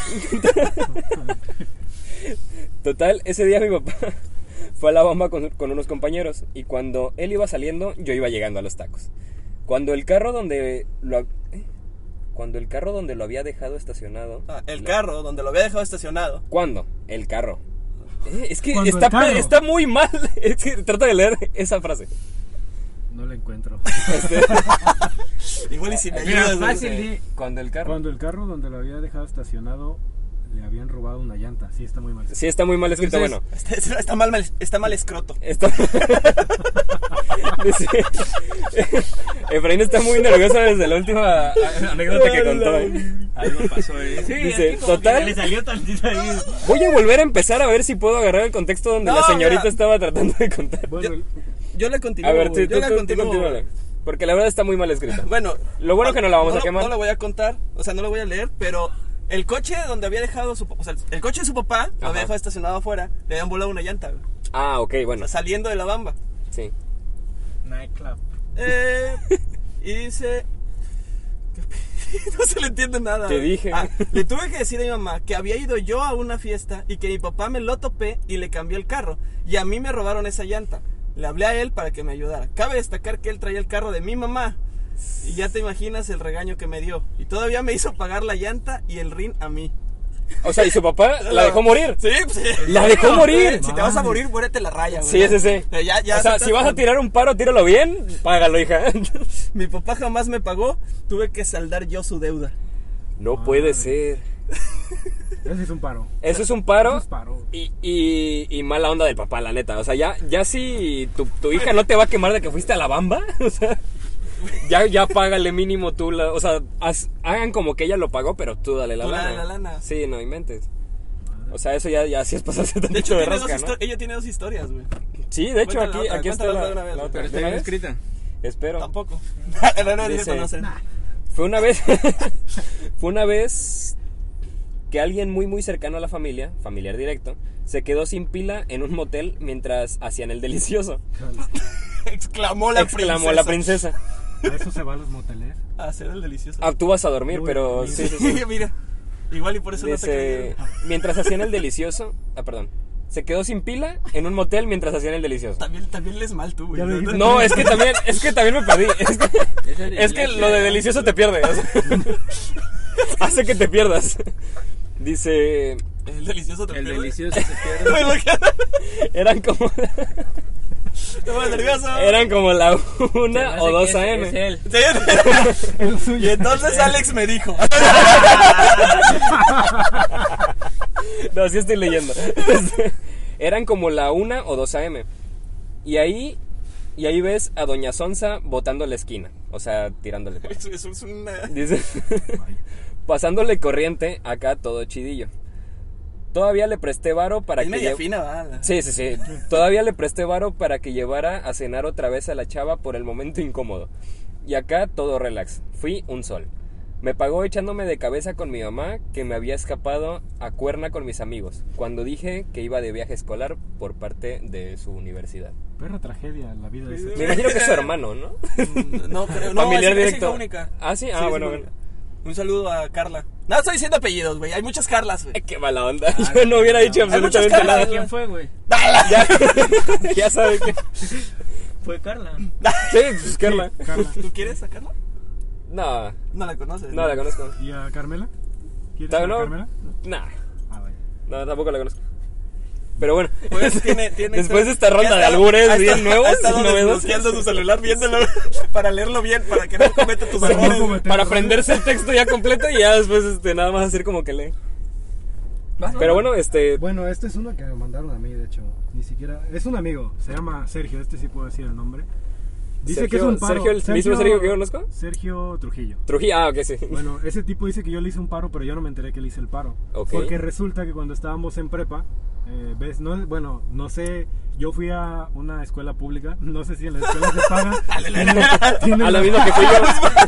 Speaker 2: Total, ese día mi papá fue a la bomba con, con unos compañeros y cuando él iba saliendo, yo iba llegando a los tacos. Cuando el carro donde lo ha- ¿eh? cuando el carro donde lo había dejado estacionado.
Speaker 1: Ah, el
Speaker 2: la-
Speaker 1: carro donde lo había dejado estacionado.
Speaker 2: ¿Cuándo? El carro. Eh, Es que
Speaker 3: Cuando el
Speaker 2: está,
Speaker 3: carro.
Speaker 2: está muy mal. Es que trata de leer esa frase. Este,
Speaker 3: No la encuentro.
Speaker 1: Igual y si me
Speaker 4: Mira,
Speaker 1: ayudas, güey.
Speaker 4: fácil. di-
Speaker 2: Cuando el carro.
Speaker 3: Cuando el carro donde lo había dejado estacionado le habían robado una llanta. Sí, está muy mal.
Speaker 2: Sí, está muy mal escrito.
Speaker 4: Entonces-
Speaker 2: bueno,
Speaker 1: Eh, Está, está mal, mal- está mal escroto.
Speaker 2: está. Dice, Efraín está muy nervioso desde la última a- anécdota que contó. ¿eh?
Speaker 4: Algo pasó ahí. Sí,
Speaker 2: Dice,
Speaker 4: es que como que
Speaker 2: total.
Speaker 4: le salió tantito ahí.
Speaker 2: Voy a volver a empezar a ver si puedo agarrar el contexto donde
Speaker 1: No,
Speaker 2: la señorita
Speaker 1: mira.
Speaker 2: estaba tratando de contar.
Speaker 3: Bueno, el-
Speaker 1: Yo la continúo.
Speaker 2: A ver, tú,
Speaker 1: güey,
Speaker 2: tú,
Speaker 1: yo la
Speaker 2: tú- tú
Speaker 1: continúo.
Speaker 2: continúala, Porque la verdad está muy mal escrita.
Speaker 1: Bueno,
Speaker 2: Lo bueno que no la vamos a
Speaker 1: lo-
Speaker 2: quemar.
Speaker 1: No la voy a contar, o sea, no la voy a leer, pero el coche donde había dejado su, pa- o sea, el coche de su papá lo
Speaker 2: Ajá.
Speaker 1: había dejado estacionado afuera, le habían volado una llanta, güey.
Speaker 2: Ah, ok,
Speaker 1: O
Speaker 2: bueno.
Speaker 1: sea, saliendo de la bamba.
Speaker 2: Sí.
Speaker 4: Nightclub.
Speaker 1: Eh, y dice. No se le entiende nada.
Speaker 2: Te
Speaker 1: güey.
Speaker 2: dije.
Speaker 1: Ah, le tuve que decir a mi mamá que había ido yo a una fiesta y que mi papá me lo topé y le cambió el carro. Y a mí me robaron esa llanta. Le hablé a él para que me ayudara. Cabe destacar que él traía el carro de mi mamá. Y ya te imaginas el regaño que me dio. Y todavía me hizo pagar la llanta y el rin a mí.
Speaker 2: O sea, y su papá la dejó morir.
Speaker 1: Sí, pues,
Speaker 2: La dejó morir.
Speaker 1: Si te vas a morir, muérete la raya, güey.
Speaker 2: Sí, sí, sí.
Speaker 1: Eh, Ya, ya
Speaker 2: o sea,
Speaker 1: aceptaste.
Speaker 2: si vas a tirar un paro, tíralo bien, págalo, hija.
Speaker 1: Mi papá jamás me pagó. Tuve que saldar yo su deuda.
Speaker 2: No
Speaker 1: Ah,
Speaker 2: puede ser.
Speaker 3: ese es un paro.
Speaker 2: Eso es un paro.
Speaker 3: Eso es paro.
Speaker 2: Y, y, y mala onda del papá, la neta. O sea, ya, ya si tu, tu hija no te va a quemar de que fuiste a la bamba, o sea, ya, ya págale mínimo tú la. O sea, haz- hagan como que ella lo pagó, pero tú dale la
Speaker 1: Tú
Speaker 2: lana.
Speaker 1: dale la lana.
Speaker 2: Sí, no inventes. O sea, eso ya, ya sí es pasarse
Speaker 1: De
Speaker 2: tantito
Speaker 1: hecho,
Speaker 2: de,
Speaker 1: tiene
Speaker 2: rasca,
Speaker 1: dos
Speaker 2: ¿no?
Speaker 1: histo- ella tiene dos historias, güey.
Speaker 2: Sí, de hecho,
Speaker 1: Cuéntala
Speaker 2: aquí,
Speaker 1: la otra,
Speaker 2: aquí está
Speaker 1: cuéntala
Speaker 2: la,
Speaker 1: otra de una vez,
Speaker 2: la otra.
Speaker 1: pero este
Speaker 4: Está
Speaker 2: ¿De
Speaker 4: bien
Speaker 2: una vez?
Speaker 4: escrita.
Speaker 2: Espero.
Speaker 1: Tampoco. no, no,
Speaker 2: Dice-
Speaker 1: no conocen.
Speaker 2: Fue una vez. fue una vez que alguien muy muy cercano a la familia, familiar directo, se quedó sin pila en un motel mientras hacían el delicioso.
Speaker 1: Exclamó la
Speaker 2: exclamó
Speaker 1: princesa.
Speaker 2: la princesa.
Speaker 3: A eso se va a los moteles.
Speaker 1: A hacer el delicioso.
Speaker 2: Ah, tú vas a dormir,
Speaker 3: Yo voy a
Speaker 2: pero
Speaker 3: dormir.
Speaker 2: sí, sí, sí.
Speaker 1: Mira, igual y por eso no
Speaker 2: Dice,
Speaker 1: te Ah, creyeron.
Speaker 2: mientras hacían el delicioso, ah, perdón, se quedó sin pila en un motel mientras hacían el delicioso.
Speaker 1: También, también lees mal tú, güey.
Speaker 3: Ya lo dijiste.
Speaker 2: No, es que también, es que también me perdí. Es que, es que lo de delicioso te pierde. o sea, hace que te pierdas. Dice,
Speaker 1: El delicioso te
Speaker 4: El
Speaker 1: pierde.
Speaker 4: delicioso se pierde.
Speaker 1: Güey, lo que-
Speaker 2: eran como,
Speaker 1: Te vas nervioso.
Speaker 2: eran como la
Speaker 4: Se me
Speaker 2: una
Speaker 4: hace
Speaker 2: o
Speaker 4: que
Speaker 2: dos
Speaker 4: es-
Speaker 2: a.m.
Speaker 4: es él.
Speaker 1: Sí.
Speaker 3: El
Speaker 1: Y
Speaker 3: suyo.
Speaker 1: entonces Alex me dijo.
Speaker 2: No, sí estoy leyendo. Eran como la 1 o 2 AM. Y ahí, y ahí ves a Doña Sonsa botando la esquina. O sea, tirándole. paro.
Speaker 1: Eso eso es una.
Speaker 2: Dice, pasándole corriente acá todo chidillo. Todavía le presté varo para
Speaker 1: Es
Speaker 2: que...
Speaker 1: media
Speaker 2: lle-
Speaker 1: fina, va.
Speaker 2: Sí, sí, sí. Todavía le presté varo para que llevara a cenar otra vez a la chava por el momento incómodo. Y acá todo relax. Fui un sol. Me pagó echándome de cabeza con mi mamá que me había escapado a cuerna con mis amigos cuando dije que iba de viaje escolar por parte de su universidad.
Speaker 3: Perra tragedia la vida de ese.
Speaker 2: Me imagino que es su hermano, ¿no?
Speaker 1: Mm, No, creo. No,
Speaker 2: Familiar
Speaker 1: es, es
Speaker 2: directo.
Speaker 1: hija única.
Speaker 2: Ah, sí, ah,
Speaker 1: es hija
Speaker 2: bueno, bueno.
Speaker 1: única. Un saludo a Carla. No, estoy diciendo apellidos, güey. Hay muchas Carlas, güey.
Speaker 2: Ay, Qué mala onda. Yo no hubiera dicho
Speaker 1: Ah, Hay muchas
Speaker 2: absolutamente
Speaker 1: caras.
Speaker 2: nada.
Speaker 4: ¿De quién fue, güey?
Speaker 2: Ya, ya sabe que.
Speaker 4: Fue Carla.
Speaker 2: Sí, pues, Carla.
Speaker 3: Carla.
Speaker 1: ¿Tú quieres a Carla?
Speaker 2: No,
Speaker 1: No la conoces.
Speaker 2: no la conozco.
Speaker 3: ¿Y a Carmela? ¿Quieres a
Speaker 2: ¿Tab-
Speaker 3: la
Speaker 2: no?
Speaker 3: Carmela?
Speaker 2: Nah.
Speaker 3: Ah, vaya.
Speaker 2: No, tampoco la conozco. Pero bueno,
Speaker 1: Pues tiene, tiene
Speaker 2: después de esta ronda de albures bien nuevos, novedosos,
Speaker 1: bloqueando su celular, viéndolo para leerlo bien, para que no cometa tus
Speaker 3: Para que no
Speaker 1: errores.
Speaker 3: cometa.
Speaker 2: para aprenderse el texto ya completo y ya después este, nada más hacer como que lee. Pero bueno, este,
Speaker 3: Bueno, este es uno que me mandaron a mí, de hecho. Ni siquiera. Es un amigo. Se llama Sergio. Este sí puedo decir el nombre. Dice
Speaker 2: Sergio-
Speaker 3: que es un paro.
Speaker 2: Sergio, el mismo Sergio que yo conozco.
Speaker 3: Sergio Trujillo.
Speaker 2: Trujillo, ah, ok, sí.
Speaker 3: Bueno, ese tipo dice que yo le hice un paro, pero yo no me enteré que le hice el paro.
Speaker 2: Ok.
Speaker 3: Porque resulta que cuando estábamos en prepa, eh, ves, no, bueno, no sé, yo fui a una escuela pública, no sé si en la escuela se paga.
Speaker 2: A la misma que fui yo,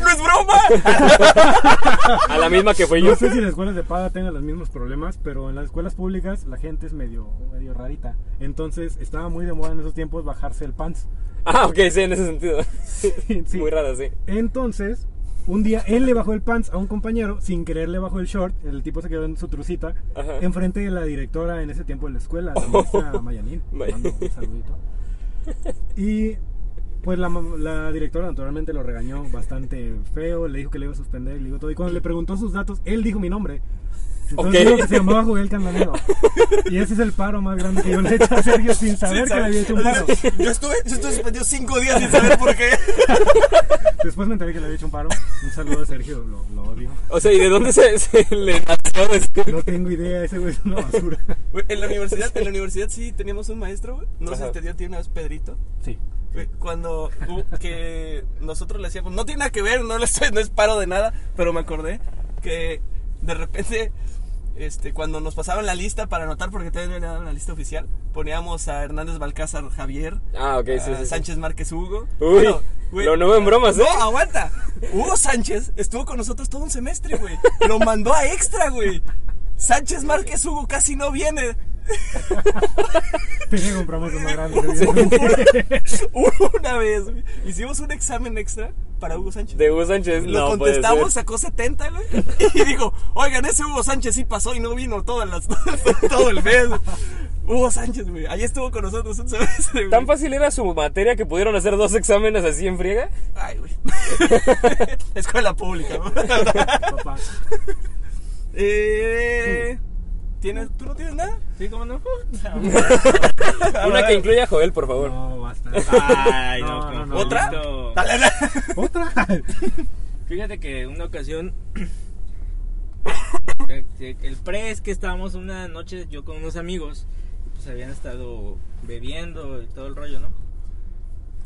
Speaker 1: ¡No es broma!
Speaker 2: a la misma que fui yo.
Speaker 3: No sé si las escuelas de paga tengan los mismos problemas, pero en las escuelas públicas la gente es medio, medio rarita. Entonces estaba muy de moda en esos tiempos bajarse el pants.
Speaker 2: Ah, ok, sí, en ese sentido.
Speaker 3: Sí.
Speaker 2: Muy raro, sí.
Speaker 3: Entonces, un día él le bajó el pants a un compañero, sin querer le bajó el short, el tipo se quedó en su trucita,
Speaker 2: Ajá.
Speaker 3: enfrente de la directora en ese tiempo de la escuela, la
Speaker 2: Oh.
Speaker 3: maestra Mayanín.
Speaker 2: May-
Speaker 3: mando un saludito. Y pues la, mam- la directora naturalmente lo regañó bastante feo, le dijo que le iba a suspender, le dijo todo. Y cuando le preguntó sus datos, él dijo mi nombre. Entonces
Speaker 2: Ok.
Speaker 3: dijo que se llamaba Joel Candanero. Y ese es el paro más grande que yo le he hecho a Sergio sin saber que le había hecho un paro.
Speaker 1: Yo estuve, yo estuve suspendido cinco días sin saber por qué.
Speaker 3: Después me enteré que le había hecho un paro. Un saludo a Sergio, lo, lo odio.
Speaker 2: O sea, ¿y de dónde se, se le nació decir?
Speaker 3: No tengo idea, ese güey es una basura.
Speaker 1: Güey, En la universidad, en la universidad sí teníamos un maestro, güey. No sé
Speaker 2: Ajá.
Speaker 1: si te dio a ti una vez Pedrito.
Speaker 3: Sí.
Speaker 1: Güey, Cuando hu- que nosotros le hacíamos, no tiene nada que ver, no, le estoy- no es paro de nada, pero me acordé que de repente, este, cuando nos pasaban la lista para anotar, porque todavía no era una lista oficial, poníamos a Hernández Balcázar Javier,
Speaker 2: Ah, ok, sí,
Speaker 1: a
Speaker 2: sí, sí.
Speaker 1: Eh, Sánchez Márquez Hugo.
Speaker 2: Uy,
Speaker 1: Bueno, güey,
Speaker 2: lo nuevo en bromas, ¿eh?
Speaker 1: no, aguanta. Hugo Sánchez estuvo con nosotros todo un semestre, güey. Lo mandó a extra, güey. Sánchez Márquez Hugo casi no viene.
Speaker 3: Te digo, compramos lo más grande. evidentemente.
Speaker 1: Una vez, güey. Hicimos un examen extra para Hugo Sánchez.
Speaker 2: De Hugo Sánchez,
Speaker 1: Lo
Speaker 2: no puede ser.
Speaker 1: contestamos, sacó 70, güey. Y dijo, oigan, ese Hugo Sánchez sí pasó y no vino todas las, todo el mes. Hugo Sánchez, güey. Ahí estuvo con nosotros un semestre, güey.
Speaker 2: ¿Tan fácil era su materia que pudieron hacer dos exámenes así en friega?
Speaker 1: Ay, güey. Escuela pública, güey.
Speaker 3: Papá.
Speaker 1: Eh, ¿tienes, ¿Tú no tienes nada?
Speaker 4: ¿Sí, cómo no?
Speaker 2: Una que incluya a Joel, por favor.
Speaker 3: No, Ah, basta.
Speaker 4: Ay,
Speaker 3: No,
Speaker 4: no,
Speaker 3: no,
Speaker 4: con
Speaker 3: no.
Speaker 4: Joelito.
Speaker 1: ¿Otra? Dale, dale.
Speaker 3: ¿Otra? Pues
Speaker 4: Fíjate que una ocasión. El pre es que estábamos una noche yo con unos amigos. Pues habían estado bebiendo y todo el rollo, ¿no?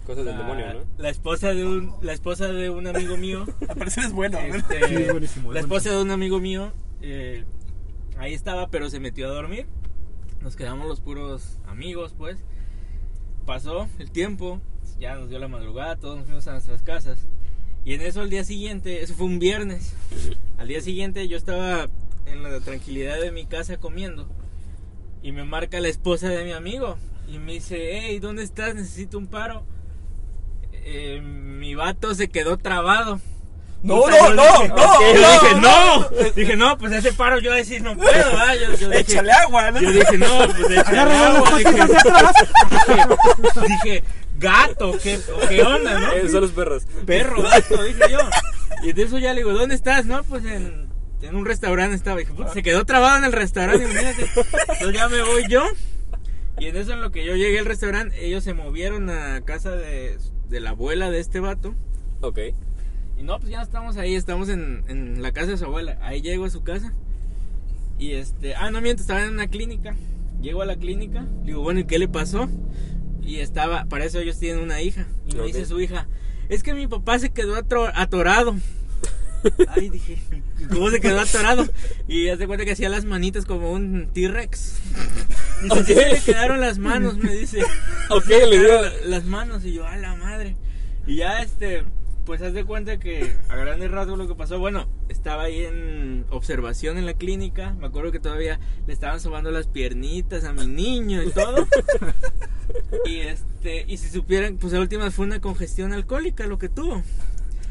Speaker 2: Cosas del demonio, ¿no?
Speaker 4: La esposa de un, la esposa de un amigo mío.
Speaker 1: Al parecer es bueno. güey.
Speaker 4: este,
Speaker 3: Sí, es buenísimo, es
Speaker 4: la esposa de un amigo mío. eh, ahí estaba, pero se metió a dormir. Nos quedamos los puros amigos, pues. Pasó el tiempo, ya nos dio la madrugada, todos nos fuimos a nuestras casas. Y en eso, al día siguiente, eso fue un viernes. Al día siguiente, yo estaba en la tranquilidad de mi casa comiendo. Y me marca la esposa de mi amigo. Y me dice: Hey, ¿dónde estás? Necesito un paro. Eh, mi vato se quedó trabado.
Speaker 1: No,
Speaker 4: Puta,
Speaker 1: no,
Speaker 4: yo
Speaker 1: no,
Speaker 4: dije,
Speaker 1: no,
Speaker 4: ok, yo
Speaker 1: no,
Speaker 4: dije, no. Dije, no, pues ese paro yo decir no puedo, ¿verdad? Yo, yo dije,
Speaker 1: Échale agua, ¿no?
Speaker 4: Yo dije, no, pues échale
Speaker 3: Agarra las
Speaker 4: agua.
Speaker 3: patas
Speaker 4: Dije,
Speaker 3: hacia atrás.
Speaker 4: dije, gato, ¿qué, o qué onda, no?
Speaker 2: Eh, son los perros.
Speaker 4: Perro, gato, dije yo. Y de eso ya le digo, ¿dónde estás? No, pues en, en un restaurante estaba. Dije, puta, se quedó trabado en el restaurante. Digo, "Mírate". Entonces ya me voy yo. Y en eso en lo que yo llegué al restaurante, ellos se movieron a casa de, de la abuela de este vato.
Speaker 2: Ok.
Speaker 4: Y no, pues ya estamos ahí, estamos en, en la casa de su abuela. Ahí llego a su casa. Y este, ah, no miento, estaba en una clínica. Llego a la clínica, le digo, bueno, ¿y qué le pasó? Y estaba, para eso ellos tienen una hija. Y me
Speaker 2: Ok.
Speaker 4: dice su hija, es que mi papá se quedó atro- atorado. Ay, dije, ¿cómo se quedó atorado? Y hace cuenta que hacía las manitas como un T-Rex. Dice, "Sí se le quedaron las manos, me dice.
Speaker 2: Ok,
Speaker 4: Se
Speaker 2: le dio-
Speaker 4: quedaron las manos y yo, a la madre. Y ya este, pues haz de cuenta que a grandes rasgos lo que pasó, bueno, estaba ahí en observación en la clínica, me acuerdo que todavía le estaban sobando las piernitas a mi niño y todo. y este, y si supieran, pues la última fue una congestión alcohólica lo que tuvo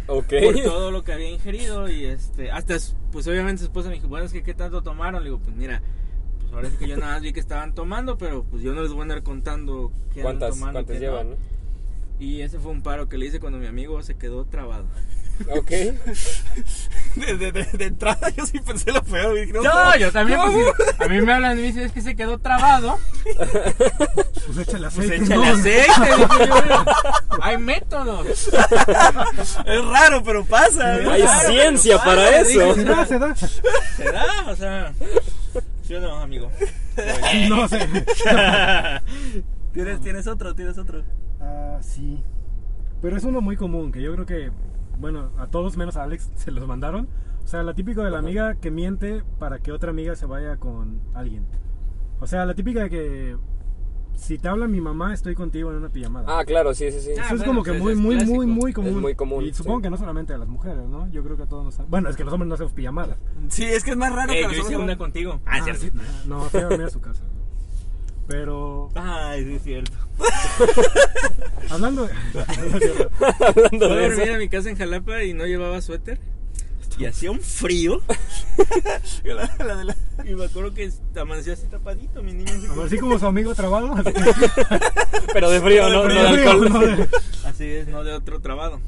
Speaker 2: Ok.
Speaker 4: por todo lo que había ingerido y este hasta s- pues obviamente su esposa me dijo bueno es que qué tanto tomaron le digo pues mira pues ahora sí que yo nada más vi que estaban tomando pero pues yo no les voy a andar contando qué andan
Speaker 2: ¿Cuántas,
Speaker 4: tomando y
Speaker 2: cuántas
Speaker 4: qué no".
Speaker 2: llevan? no?
Speaker 4: y ese fue un paro que le hice cuando mi amigo se quedó trabado
Speaker 2: Ok.
Speaker 1: De, de- de- de entrada yo sí pensé lo peor. güey. Dije, No, no,
Speaker 4: pues, a mí me hablan y me dicen es que se quedó trabado
Speaker 3: Pues échale
Speaker 4: pues
Speaker 3: aceite.
Speaker 4: échale
Speaker 3: ¿no?
Speaker 4: aceite dije yo, "Mira, hay métodos
Speaker 1: Es raro, pero pasa. güey.
Speaker 2: Hay
Speaker 4: Claro,
Speaker 2: ciencia
Speaker 4: pero
Speaker 2: para
Speaker 4: claro,
Speaker 2: eso.
Speaker 3: Se da, se da.
Speaker 4: se da o sea yo no amigo
Speaker 3: No sé.
Speaker 1: ¿Tienes, tienes otro, tienes otro.
Speaker 3: Ah, sí. Pero es uno muy común, que yo creo que, bueno, a todos menos a Alex se los mandaron. O sea, la típica de la amiga que miente para que otra amiga se vaya con alguien. O sea, la típica de que si te habla mi mamá, estoy contigo en una pijamada.
Speaker 2: Ah, claro, sí, sí, sí.
Speaker 4: Ah,
Speaker 3: Eso es
Speaker 4: bueno,
Speaker 3: como que
Speaker 4: pues,
Speaker 3: muy,
Speaker 4: es
Speaker 3: muy,
Speaker 4: clásico.
Speaker 3: muy, muy común.
Speaker 2: muy común,
Speaker 3: Y supongo
Speaker 2: sí.
Speaker 3: que no solamente a las mujeres, ¿no? Yo creo que a todos nos... Bueno, es que los hombres no hacemos pijamadas.
Speaker 1: Sí, es que es más raro que
Speaker 4: Eh,
Speaker 1: los
Speaker 4: yo hice
Speaker 1: hombres.
Speaker 4: una contigo ah, cierto.
Speaker 3: sí, No, fui a dormir a su casa. Pero,
Speaker 4: ay sí es cierto
Speaker 3: hablando de...
Speaker 2: Hablando
Speaker 4: Yo
Speaker 2: de
Speaker 4: dormía
Speaker 2: eso.
Speaker 4: en mi casa en Jalapa y no llevaba suéter. Y hacía un frío.
Speaker 1: La- la de la-
Speaker 4: Y me acuerdo que amanecía así tapadito, mi niño. así como-
Speaker 3: Así como su amigo trabado. así-
Speaker 2: Pero de frío, no, no de alcohol.
Speaker 3: no de-
Speaker 4: Así es, no de otro trabado.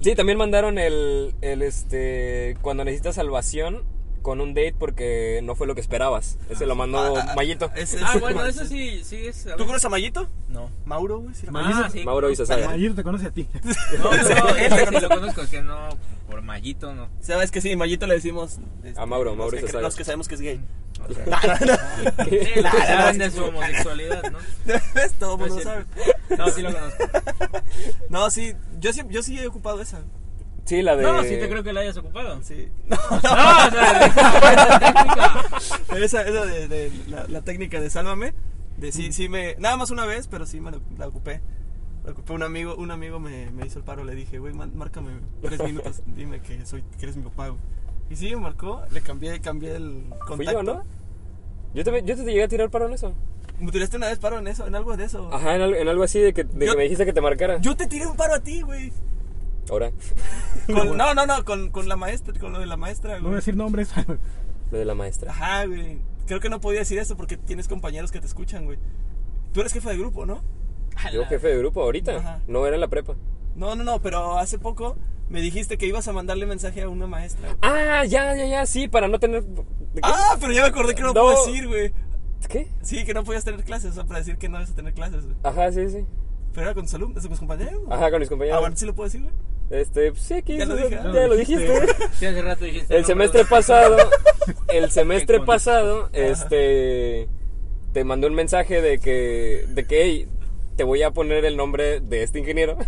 Speaker 2: Sí, también mandaron el, el este cuando necesitas salvación con un date porque no fue lo que esperabas. Ese lo mandó
Speaker 1: Ah, ah,
Speaker 2: Mayito.
Speaker 1: ese-
Speaker 4: Ah,
Speaker 1: ese-
Speaker 4: bueno, eso sí, sí es.
Speaker 1: ¿Tú conoces a Mayito?
Speaker 4: No.
Speaker 1: Mauro, güey. si era-
Speaker 3: Mayito-
Speaker 4: Ah, sí.
Speaker 2: Mauro y
Speaker 3: Mayito te conoce a ti.
Speaker 4: No, no, no, ese sí lo este conozco, que no. por Mayito, ¿no?
Speaker 1: ¿Sabes que sí? Mayito le decimos. este,
Speaker 2: A Mauro,
Speaker 1: los
Speaker 2: Mauro
Speaker 1: que,
Speaker 2: Cesario.
Speaker 1: los que sabemos que es gay.
Speaker 4: O sea,
Speaker 1: No, no, no.
Speaker 4: sí,
Speaker 1: Nah,
Speaker 4: saben
Speaker 1: no,
Speaker 4: de su homosexualidad, ¿no?
Speaker 1: ¿Ves? Todo el
Speaker 4: No es
Speaker 1: mundo sabe.
Speaker 4: cierto. No, sí lo conozco.
Speaker 1: No, sí, yo sí, yo sí he ocupado esa.
Speaker 2: Sí, la de.
Speaker 4: No, sí te creo que la hayas ocupado.
Speaker 1: Sí. No,
Speaker 4: No, o sea, esa técnica.
Speaker 1: esa, esa de, de la, la técnica de sálvame. De sí, sí me. Nada más una vez, pero sí me la, la ocupé. La ocupé un amigo, un amigo me, me hizo el paro, le dije, güey, man- márcame tres minutos, dime que soy, que eres mi papá, güey. Y sí, me marcó, le cambié, cambié el contacto.
Speaker 2: Fui yo, ¿no? Yo, también, yo te llegué a tirar paro en eso.
Speaker 1: ¿Me tiraste una vez paro en eso, en algo de eso?
Speaker 2: Ajá, en, al- en algo así de, que, de
Speaker 1: Yo-
Speaker 2: que me dijiste que te marcara.
Speaker 1: Yo te tiré un paro a ti, güey.
Speaker 2: Ahora,
Speaker 1: Con- no, no, no, con, con la maestra, con lo de la maestra,
Speaker 3: No voy a
Speaker 1: güey.
Speaker 3: decir nombres.
Speaker 2: lo de la maestra.
Speaker 1: Ajá, güey. Creo que no podía decir eso porque tienes compañeros que te escuchan, güey. Tú eres jefe de grupo, ¿no?
Speaker 2: Yo jefe de grupo ahorita.
Speaker 1: Ajá.
Speaker 2: No era en la prepa.
Speaker 1: No, no, no, pero hace poco me dijiste que ibas a mandarle mensaje a una maestra. güey.
Speaker 2: Ah, ya, ya, ya, sí, para no tener... ¿de qué?
Speaker 1: Ah, pero ya me acordé que no,
Speaker 2: No.
Speaker 1: puedo decir, güey.
Speaker 2: ¿Qué?
Speaker 1: Sí, que no podías tener clases, o sea, para decir que no ibas a tener clases, güey.
Speaker 2: Ajá, sí, sí.
Speaker 1: Pero era con tus alumnos, con tus compañeros. güey.
Speaker 2: Ajá, con mis compañeros.
Speaker 1: Ah, bueno, sí lo puedo decir, güey.
Speaker 2: Este, pues, sí, aquí...
Speaker 1: Ya lo
Speaker 2: ya-
Speaker 1: dije,
Speaker 2: ya
Speaker 3: ¿no?
Speaker 2: lo dijiste.
Speaker 4: Sí, hace rato dijiste.
Speaker 2: El
Speaker 4: no,
Speaker 2: semestre
Speaker 4: perdón.
Speaker 2: pasado, el semestre
Speaker 4: Qué
Speaker 2: pasado, este, te mandé un mensaje de que, de que, "Hey, te voy a poner el nombre de este ingeniero,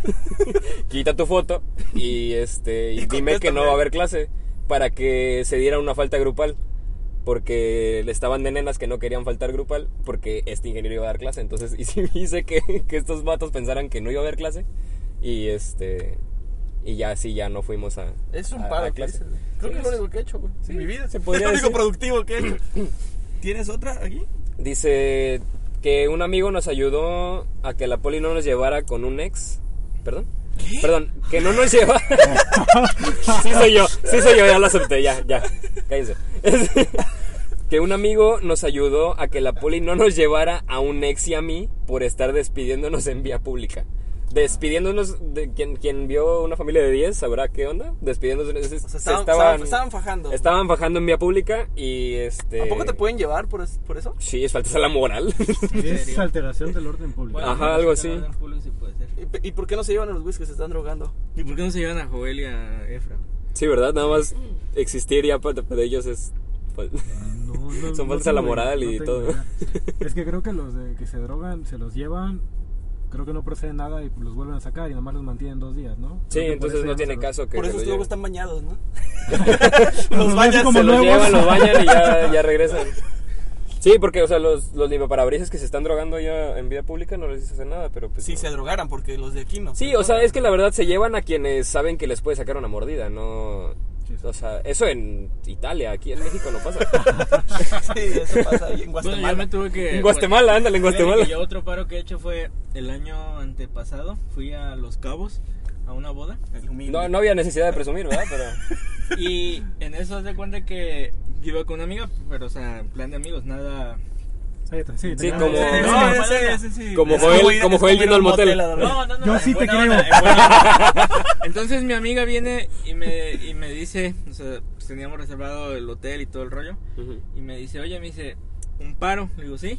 Speaker 2: quita tu foto y este, y
Speaker 1: Y
Speaker 2: dime que no va a
Speaker 1: contéstame.
Speaker 2: haber clase para que se diera una falta grupal. Porque le estaban de nenas que no querían faltar grupal porque este ingeniero iba a dar clase. Entonces y sí hice que, que estos vatos pensaran que no iba a haber clase. Y este y ya sí, ya no fuimos a,
Speaker 1: Ah,
Speaker 2: a- a clase. Sí, es-
Speaker 1: que he hecho, güey.
Speaker 2: Sí,
Speaker 1: en mi vida.
Speaker 2: se podría
Speaker 1: es lo único
Speaker 2: decir.
Speaker 1: productivo que he hecho. ¿Tienes otra aquí?
Speaker 2: Dice que un amigo nos ayudó a que la poli no nos llevara con un ex. ¿Perdón? Perdón, que no nos lleva. sí soy yo, sí soy yo, ya lo acepté, ya, ya. Cállense. que un amigo nos ayudó a que la poli no nos llevara a un ex y a mí por estar despidiéndonos en vía pública. Despidiéndonos, de quien, quien vio una familia de 10 sabrá qué onda. Despidiéndonos.
Speaker 1: O sea, estaban, estaban- estaban fajando.
Speaker 2: Estaban bajando en vía pública y este.
Speaker 1: ¿A poco te pueden llevar por, es- por eso?
Speaker 2: Sí, es faltas a la moral.
Speaker 3: es
Speaker 4: serio?
Speaker 3: alteración del orden público.
Speaker 4: Bueno,
Speaker 2: Ajá, algo
Speaker 4: no sé si
Speaker 2: así.
Speaker 4: lo dan público, sí puede ser.
Speaker 1: ¿Y, pe- y por qué no se llevan a los güeyes que se están drogando?
Speaker 4: ¿Y por qué no se llevan a Joel y a Efra?
Speaker 2: sí, ¿verdad? Nada más existir ya para, para ellos es. pues, fal-
Speaker 3: No, no,
Speaker 2: Son
Speaker 3: no
Speaker 2: falsas a la
Speaker 3: tengo
Speaker 2: moral
Speaker 3: idea,
Speaker 2: y
Speaker 3: no tengo
Speaker 2: todo.
Speaker 3: idea. Es que creo que los de que se drogan, se los llevan, creo que no procede nada y los vuelven a sacar y nomás los mantienen dos días, ¿no?
Speaker 2: Sí,
Speaker 3: Creo que por
Speaker 2: entonces
Speaker 3: eso ya
Speaker 2: no tiene
Speaker 3: se-
Speaker 2: caso que.
Speaker 1: por
Speaker 2: se
Speaker 1: eso
Speaker 2: los
Speaker 1: luego
Speaker 2: lleven.
Speaker 1: están bañados, ¿no?
Speaker 3: Los bañan como
Speaker 2: Se los
Speaker 3: nuevos.
Speaker 2: llevan, los bañan y ya, ya regresan. Sí, porque, o sea, los, los limpiaparabrisas que se están drogando ya en vida pública no les hacen nada, pero pues.
Speaker 1: Si
Speaker 2: no.
Speaker 1: se drogaran, porque los de aquí no.
Speaker 2: Sí, o sea, es que la verdad se llevan a quienes saben que les puede sacar una mordida, no.
Speaker 3: Sí, sí.
Speaker 2: O sea, eso en Italia, aquí en México no pasa. Eh,
Speaker 1: Sí, eso pasa ahí en
Speaker 4: Bueno,
Speaker 1: Guatemala.
Speaker 4: yo me tuve que.
Speaker 2: en Guatemala, ándale, en
Speaker 4: Fíjate que
Speaker 2: Guatemala.
Speaker 4: Yo otro paro que he hecho fue el año antepasado. Fui a Los Cabos a una boda.
Speaker 1: El humilde.
Speaker 2: No, no había necesidad de presumir, ¿verdad? Pero.
Speaker 4: Y en eso haz de cuenta que iba con una amiga, pero o sea, en plan de amigos, nada.
Speaker 3: Ahí está, Sí, pues,
Speaker 2: Sí,
Speaker 3: tenía-
Speaker 2: como-
Speaker 1: Sí, sí,
Speaker 4: No,
Speaker 1: sí,
Speaker 4: no,
Speaker 1: sí, sí, sí.
Speaker 2: como
Speaker 1: Es
Speaker 2: Joel-
Speaker 1: ir-
Speaker 2: como
Speaker 1: es
Speaker 2: Joel
Speaker 1: ir a
Speaker 2: yendo
Speaker 1: un
Speaker 2: al motel.
Speaker 1: a dormir.
Speaker 4: No, no, no.
Speaker 3: Yo
Speaker 4: en
Speaker 3: sí te
Speaker 4: buena
Speaker 3: creo.
Speaker 4: onda, en buena onda. Entonces mi amiga viene y me, y me dice, o sea, pues, teníamos reservado el hotel y todo el rollo.
Speaker 2: Ujú.
Speaker 4: Y me dice, oye, me dice, un paro. Le digo, sí.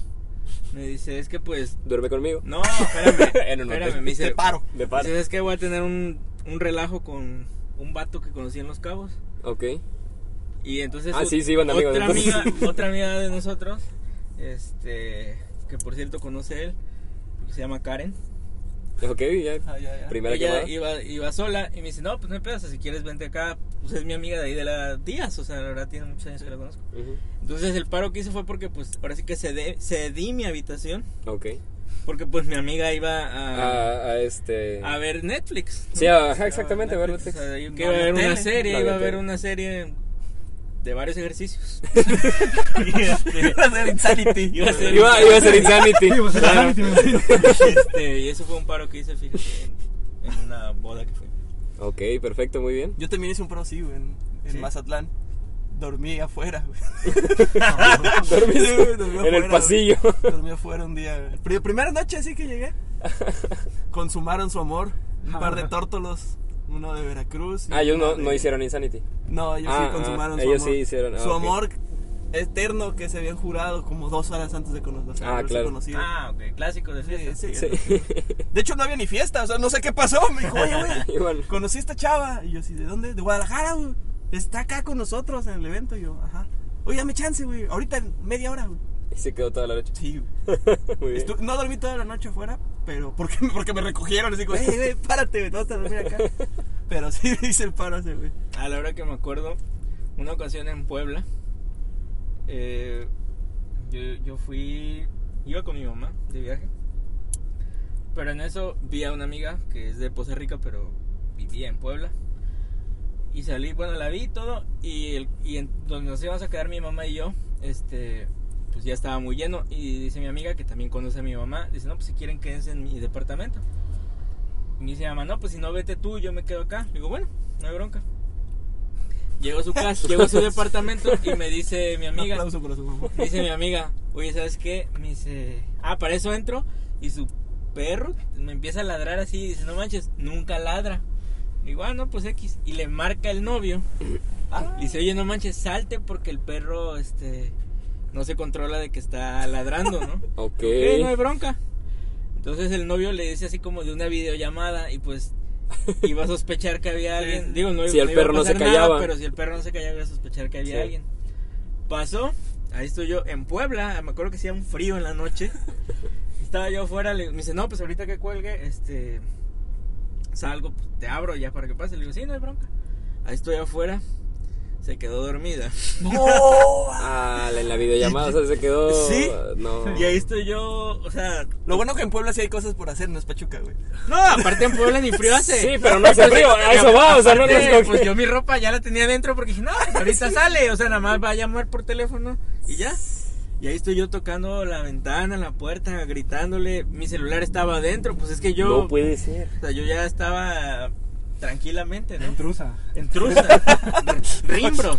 Speaker 4: Me dice, es que pues.
Speaker 2: Duerme conmigo.
Speaker 4: No, espérame.
Speaker 2: En un hotel.
Speaker 4: espérame. Me dice,
Speaker 1: Te paro.
Speaker 2: De par.
Speaker 4: Entonces es que voy a tener un, un relajo con un vato que conocí en Los Cabos.
Speaker 2: Ok.
Speaker 4: Y entonces.
Speaker 2: Ah,
Speaker 4: ot-
Speaker 2: sí, sí, iban de amigos,
Speaker 4: Otra
Speaker 2: entonces.
Speaker 4: amiga, otra amiga de nosotros, este, que por cierto conoce él, que se llama Karen.
Speaker 2: Ok, ya.
Speaker 1: Ah, ya, ya.
Speaker 2: Primera
Speaker 4: ella
Speaker 2: llamada.
Speaker 4: iba, iba sola y me dice, no, pues no hay pedo, o sea, si quieres vente acá. Pues es mi amiga de ahí de la Díaz, o sea, la verdad tiene muchos años que la conozco.
Speaker 2: Ujú.
Speaker 4: Entonces el paro que hice fue porque, pues, ahora sí que cedé, cedí mi habitación,
Speaker 2: Ok.
Speaker 4: porque pues mi amiga iba a,
Speaker 2: A, a este.
Speaker 4: Ah. a ver Pues, Netflix. ¿no?
Speaker 2: Sí, ajá, exactamente, ver
Speaker 4: Netflix,
Speaker 2: Netflix.
Speaker 4: o sea, yo
Speaker 1: No,
Speaker 4: que iba a
Speaker 1: la
Speaker 4: ver una
Speaker 1: tele.
Speaker 2: La
Speaker 4: serie, iba a ver
Speaker 2: tele.
Speaker 4: una serie de varios ejercicios.
Speaker 1: Iba a ser Insanity.
Speaker 4: Iba a ser-
Speaker 2: Iba, iba a ser Insanity.
Speaker 3: Sí, pues,
Speaker 2: Claro.
Speaker 3: sí, sí, sí.
Speaker 4: Este, y eso fue un paro que hice, fíjate, en, en una boda que fue.
Speaker 2: Ok, perfecto, muy bien.
Speaker 1: Yo también hice un paro así, güey, en, en
Speaker 4: ¿Sí?
Speaker 1: Mazatlán. Dormí afuera, güey.
Speaker 2: Dormí
Speaker 1: Sí, güey, dormí
Speaker 2: en el
Speaker 1: afuera,
Speaker 2: pasillo.
Speaker 1: güey. Dormí afuera un día, güey. Pri- primera noche así que llegué. Consumaron su amor. Un par de tórtolos. Uno de Veracruz. y
Speaker 2: Ah, ellos
Speaker 1: uno
Speaker 2: no,
Speaker 1: de-
Speaker 2: no hicieron Insanity.
Speaker 1: No, ellos
Speaker 2: Ah,
Speaker 1: sí consumaron
Speaker 2: ah,
Speaker 1: su
Speaker 2: ellos
Speaker 1: amor.
Speaker 2: sí hicieron, ah,
Speaker 1: su
Speaker 2: ok.
Speaker 1: amor eterno que se habían jurado como dos horas antes de conocer.
Speaker 2: Ah, claro.
Speaker 1: Conocido.
Speaker 4: Ah, ok, clásico de
Speaker 1: Sí,
Speaker 4: fiesta.
Speaker 1: sí,
Speaker 2: Sí.
Speaker 1: De hecho, no había ni fiesta, o sea, no sé qué pasó. Me dijo, oye, güey,
Speaker 2: Igual.
Speaker 1: conocí a esta chava. Y yo así, ¿de dónde? De Guadalajara, güey. Está acá con nosotros en el evento. Y yo, ajá. Oye, dame chance, güey. Ahorita en media hora, güey.
Speaker 2: Y se quedó toda la noche.
Speaker 1: Sí, güey.
Speaker 2: Muy bien.
Speaker 1: Estu- no dormí toda la noche afuera, pero porque, porque me recogieron. Así como, hey, güey, párate, güey, te vas a dormir acá. Pero sí me hice el paro ese, güey.
Speaker 4: A la hora que me acuerdo, una ocasión en Puebla, eh, yo, yo fui, iba con mi mamá de viaje, pero en eso vi a una amiga que es de Poza Rica, pero vivía en Puebla. Y salí, bueno, la vi y todo, y, el- y en donde nos íbamos a quedar mi mamá y yo, este, pues ya estaba muy lleno. Y dice mi amiga, que también conoce a mi mamá, dice, no, pues si quieren quédense en mi departamento. Y me dice mi mamá, no, pues si no vete tú, yo me quedo acá. Le digo, bueno, no hay bronca. Llego a su casa, llego a su departamento y me dice mi
Speaker 1: Un
Speaker 4: amiga,
Speaker 1: aplauso para su mamá.
Speaker 4: dice mi amiga, oye, ¿sabes qué? Me dice, ah, para eso entro. Y su perro me empieza a ladrar así. Y dice, no manches, nunca ladra. Digo, ah, no, pues X. Y le marca el novio.
Speaker 1: Ah.
Speaker 4: Dice, oye, no manches, salte porque el perro, este, no se controla de que está ladrando, ¿no?
Speaker 2: Ok.
Speaker 4: "Ok, no hay bronca. Entonces el novio le dice así como de una videollamada y pues iba a sospechar que había
Speaker 1: Sí, sí.
Speaker 4: alguien. Digo, no,
Speaker 2: Si el
Speaker 4: iba a
Speaker 2: perro no se
Speaker 4: pasar
Speaker 2: callaba.
Speaker 4: pero si el perro no se callaba iba a sospechar que había
Speaker 2: Sí.
Speaker 4: alguien. Pasó, ahí estoy yo en Puebla, me acuerdo que hacía un frío en la noche. Estaba yo afuera, le, me dice, no, pues ahorita que cuelgue, este, salgo, pues, te abro ya para que pase. Le digo, sí, no hay bronca. Ahí estoy afuera, se quedó dormida.
Speaker 1: ¡No!
Speaker 2: Ah, en la videollamada, o sea, se quedó.
Speaker 1: ¿Sí?
Speaker 2: No.
Speaker 4: Y ahí estoy yo, o sea,
Speaker 1: Lo bueno que en Puebla sí hay cosas por hacer, no es Pachuca, güey.
Speaker 4: No, aparte en Puebla ni frío hace.
Speaker 2: Sí, pero no hace frío, a eso va, o sea, no, no es
Speaker 4: Aparte,
Speaker 2: como que-
Speaker 4: Pues yo mi ropa ya la tenía dentro porque dije, no, pues ahorita sale, o sea, nada más va a llamar por teléfono y ya. Y ahí estoy yo tocando la ventana, la puerta, gritándole, mi celular estaba adentro, pues es que yo,
Speaker 2: No puede ser.
Speaker 4: o sea, yo ya estaba tranquilamente, ¿no?
Speaker 3: Intrusa.
Speaker 4: Entrusa, rimbros.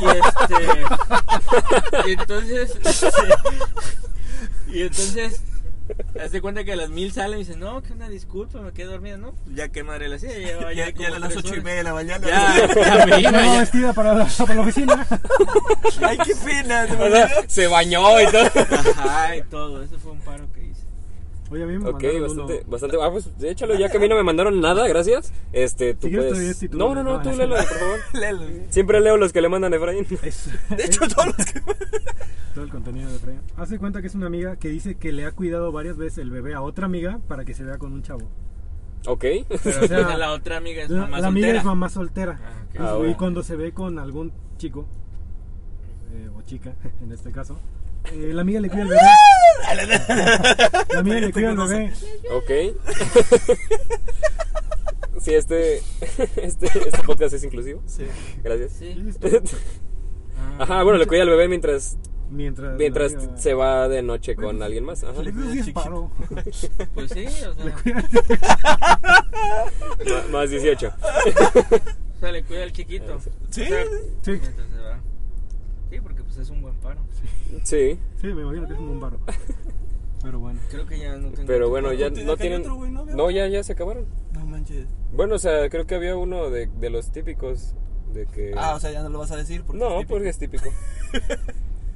Speaker 4: Y este. y entonces. y entonces. Haz de cuenta que a las mil sale y dice, no, que una disculpa, me quedé dormida, ¿no? Ya qué madre la hacía, ya,
Speaker 1: Ya, ya a las ocho y media de la mañana.
Speaker 4: Ya, ya me iba,
Speaker 3: No,
Speaker 4: ya.
Speaker 3: vestida para la, para la oficina.
Speaker 1: Ay, qué pena.
Speaker 2: O sea, se bañó y todo.
Speaker 4: Ajá, y todo, eso fue un paro que hice.
Speaker 3: Oye, a mí me
Speaker 2: Ok,
Speaker 3: mandaron
Speaker 2: bastante,
Speaker 3: uno.
Speaker 2: bastante. Ah, pues échalo, ya que a mí no me mandaron nada, gracias. Este, tú
Speaker 3: Si quieres, te doy
Speaker 2: puedes.
Speaker 3: este y tú
Speaker 2: No, no,
Speaker 3: le-
Speaker 2: no,
Speaker 3: no,
Speaker 2: tú
Speaker 3: no.
Speaker 2: léelo, por favor.
Speaker 1: Léelo, güey.
Speaker 2: Siempre leo los que le mandan a Efraín.
Speaker 3: Es,
Speaker 1: De hecho, todos los que.
Speaker 3: todo el contenido de Freya. Hace cuenta que es una amiga que dice que le ha cuidado varias veces el bebé a otra amiga para que se vea con un chavo.
Speaker 2: Ok.
Speaker 4: Pero
Speaker 3: O sea,
Speaker 4: entonces la otra amiga es
Speaker 3: la
Speaker 4: mamá
Speaker 3: la amiga
Speaker 4: soltera.
Speaker 3: es mamá soltera.
Speaker 4: Ah, ok.
Speaker 3: Y-
Speaker 2: Ah,
Speaker 3: y
Speaker 2: bueno.
Speaker 3: cuando se ve con algún chico, eh, o chica en este caso, eh, la amiga le cuida al bebé. La amiga le cuida al bebé.
Speaker 2: Ok. Sí, este, este, este podcast es inclusivo.
Speaker 1: Sí.
Speaker 2: Gracias.
Speaker 4: Sí. Ah.
Speaker 2: Ajá, bueno, le cuida al bebé mientras,
Speaker 3: Mientras, la
Speaker 2: mientras
Speaker 3: amiga-
Speaker 2: se va de noche con alguien más. Ajá.
Speaker 3: Le cuida
Speaker 1: Le-
Speaker 3: el disparo.
Speaker 4: Pues sí, o sea,
Speaker 2: M- Más 18.
Speaker 4: o sea, le cuida al chiquito.
Speaker 1: Sí.
Speaker 4: O sea,
Speaker 3: Sí,
Speaker 4: mientras se va. Sí, porque pues es un buen paro.
Speaker 2: Sí.
Speaker 3: sí, me imagino que es un bombaro. Pero bueno.
Speaker 4: Creo que ya no tengo.
Speaker 2: Pero bueno, ya
Speaker 1: Acá hay
Speaker 2: no tienen.
Speaker 1: otro, güey, ¿no?
Speaker 2: No, ya, ya se acabaron.
Speaker 1: No manches.
Speaker 2: Bueno, o sea, creo que había uno de, de los típicos. De que...
Speaker 1: Ah, o sea, ya no lo vas a decir. Porque
Speaker 2: no,
Speaker 1: es típico.
Speaker 2: porque es típico.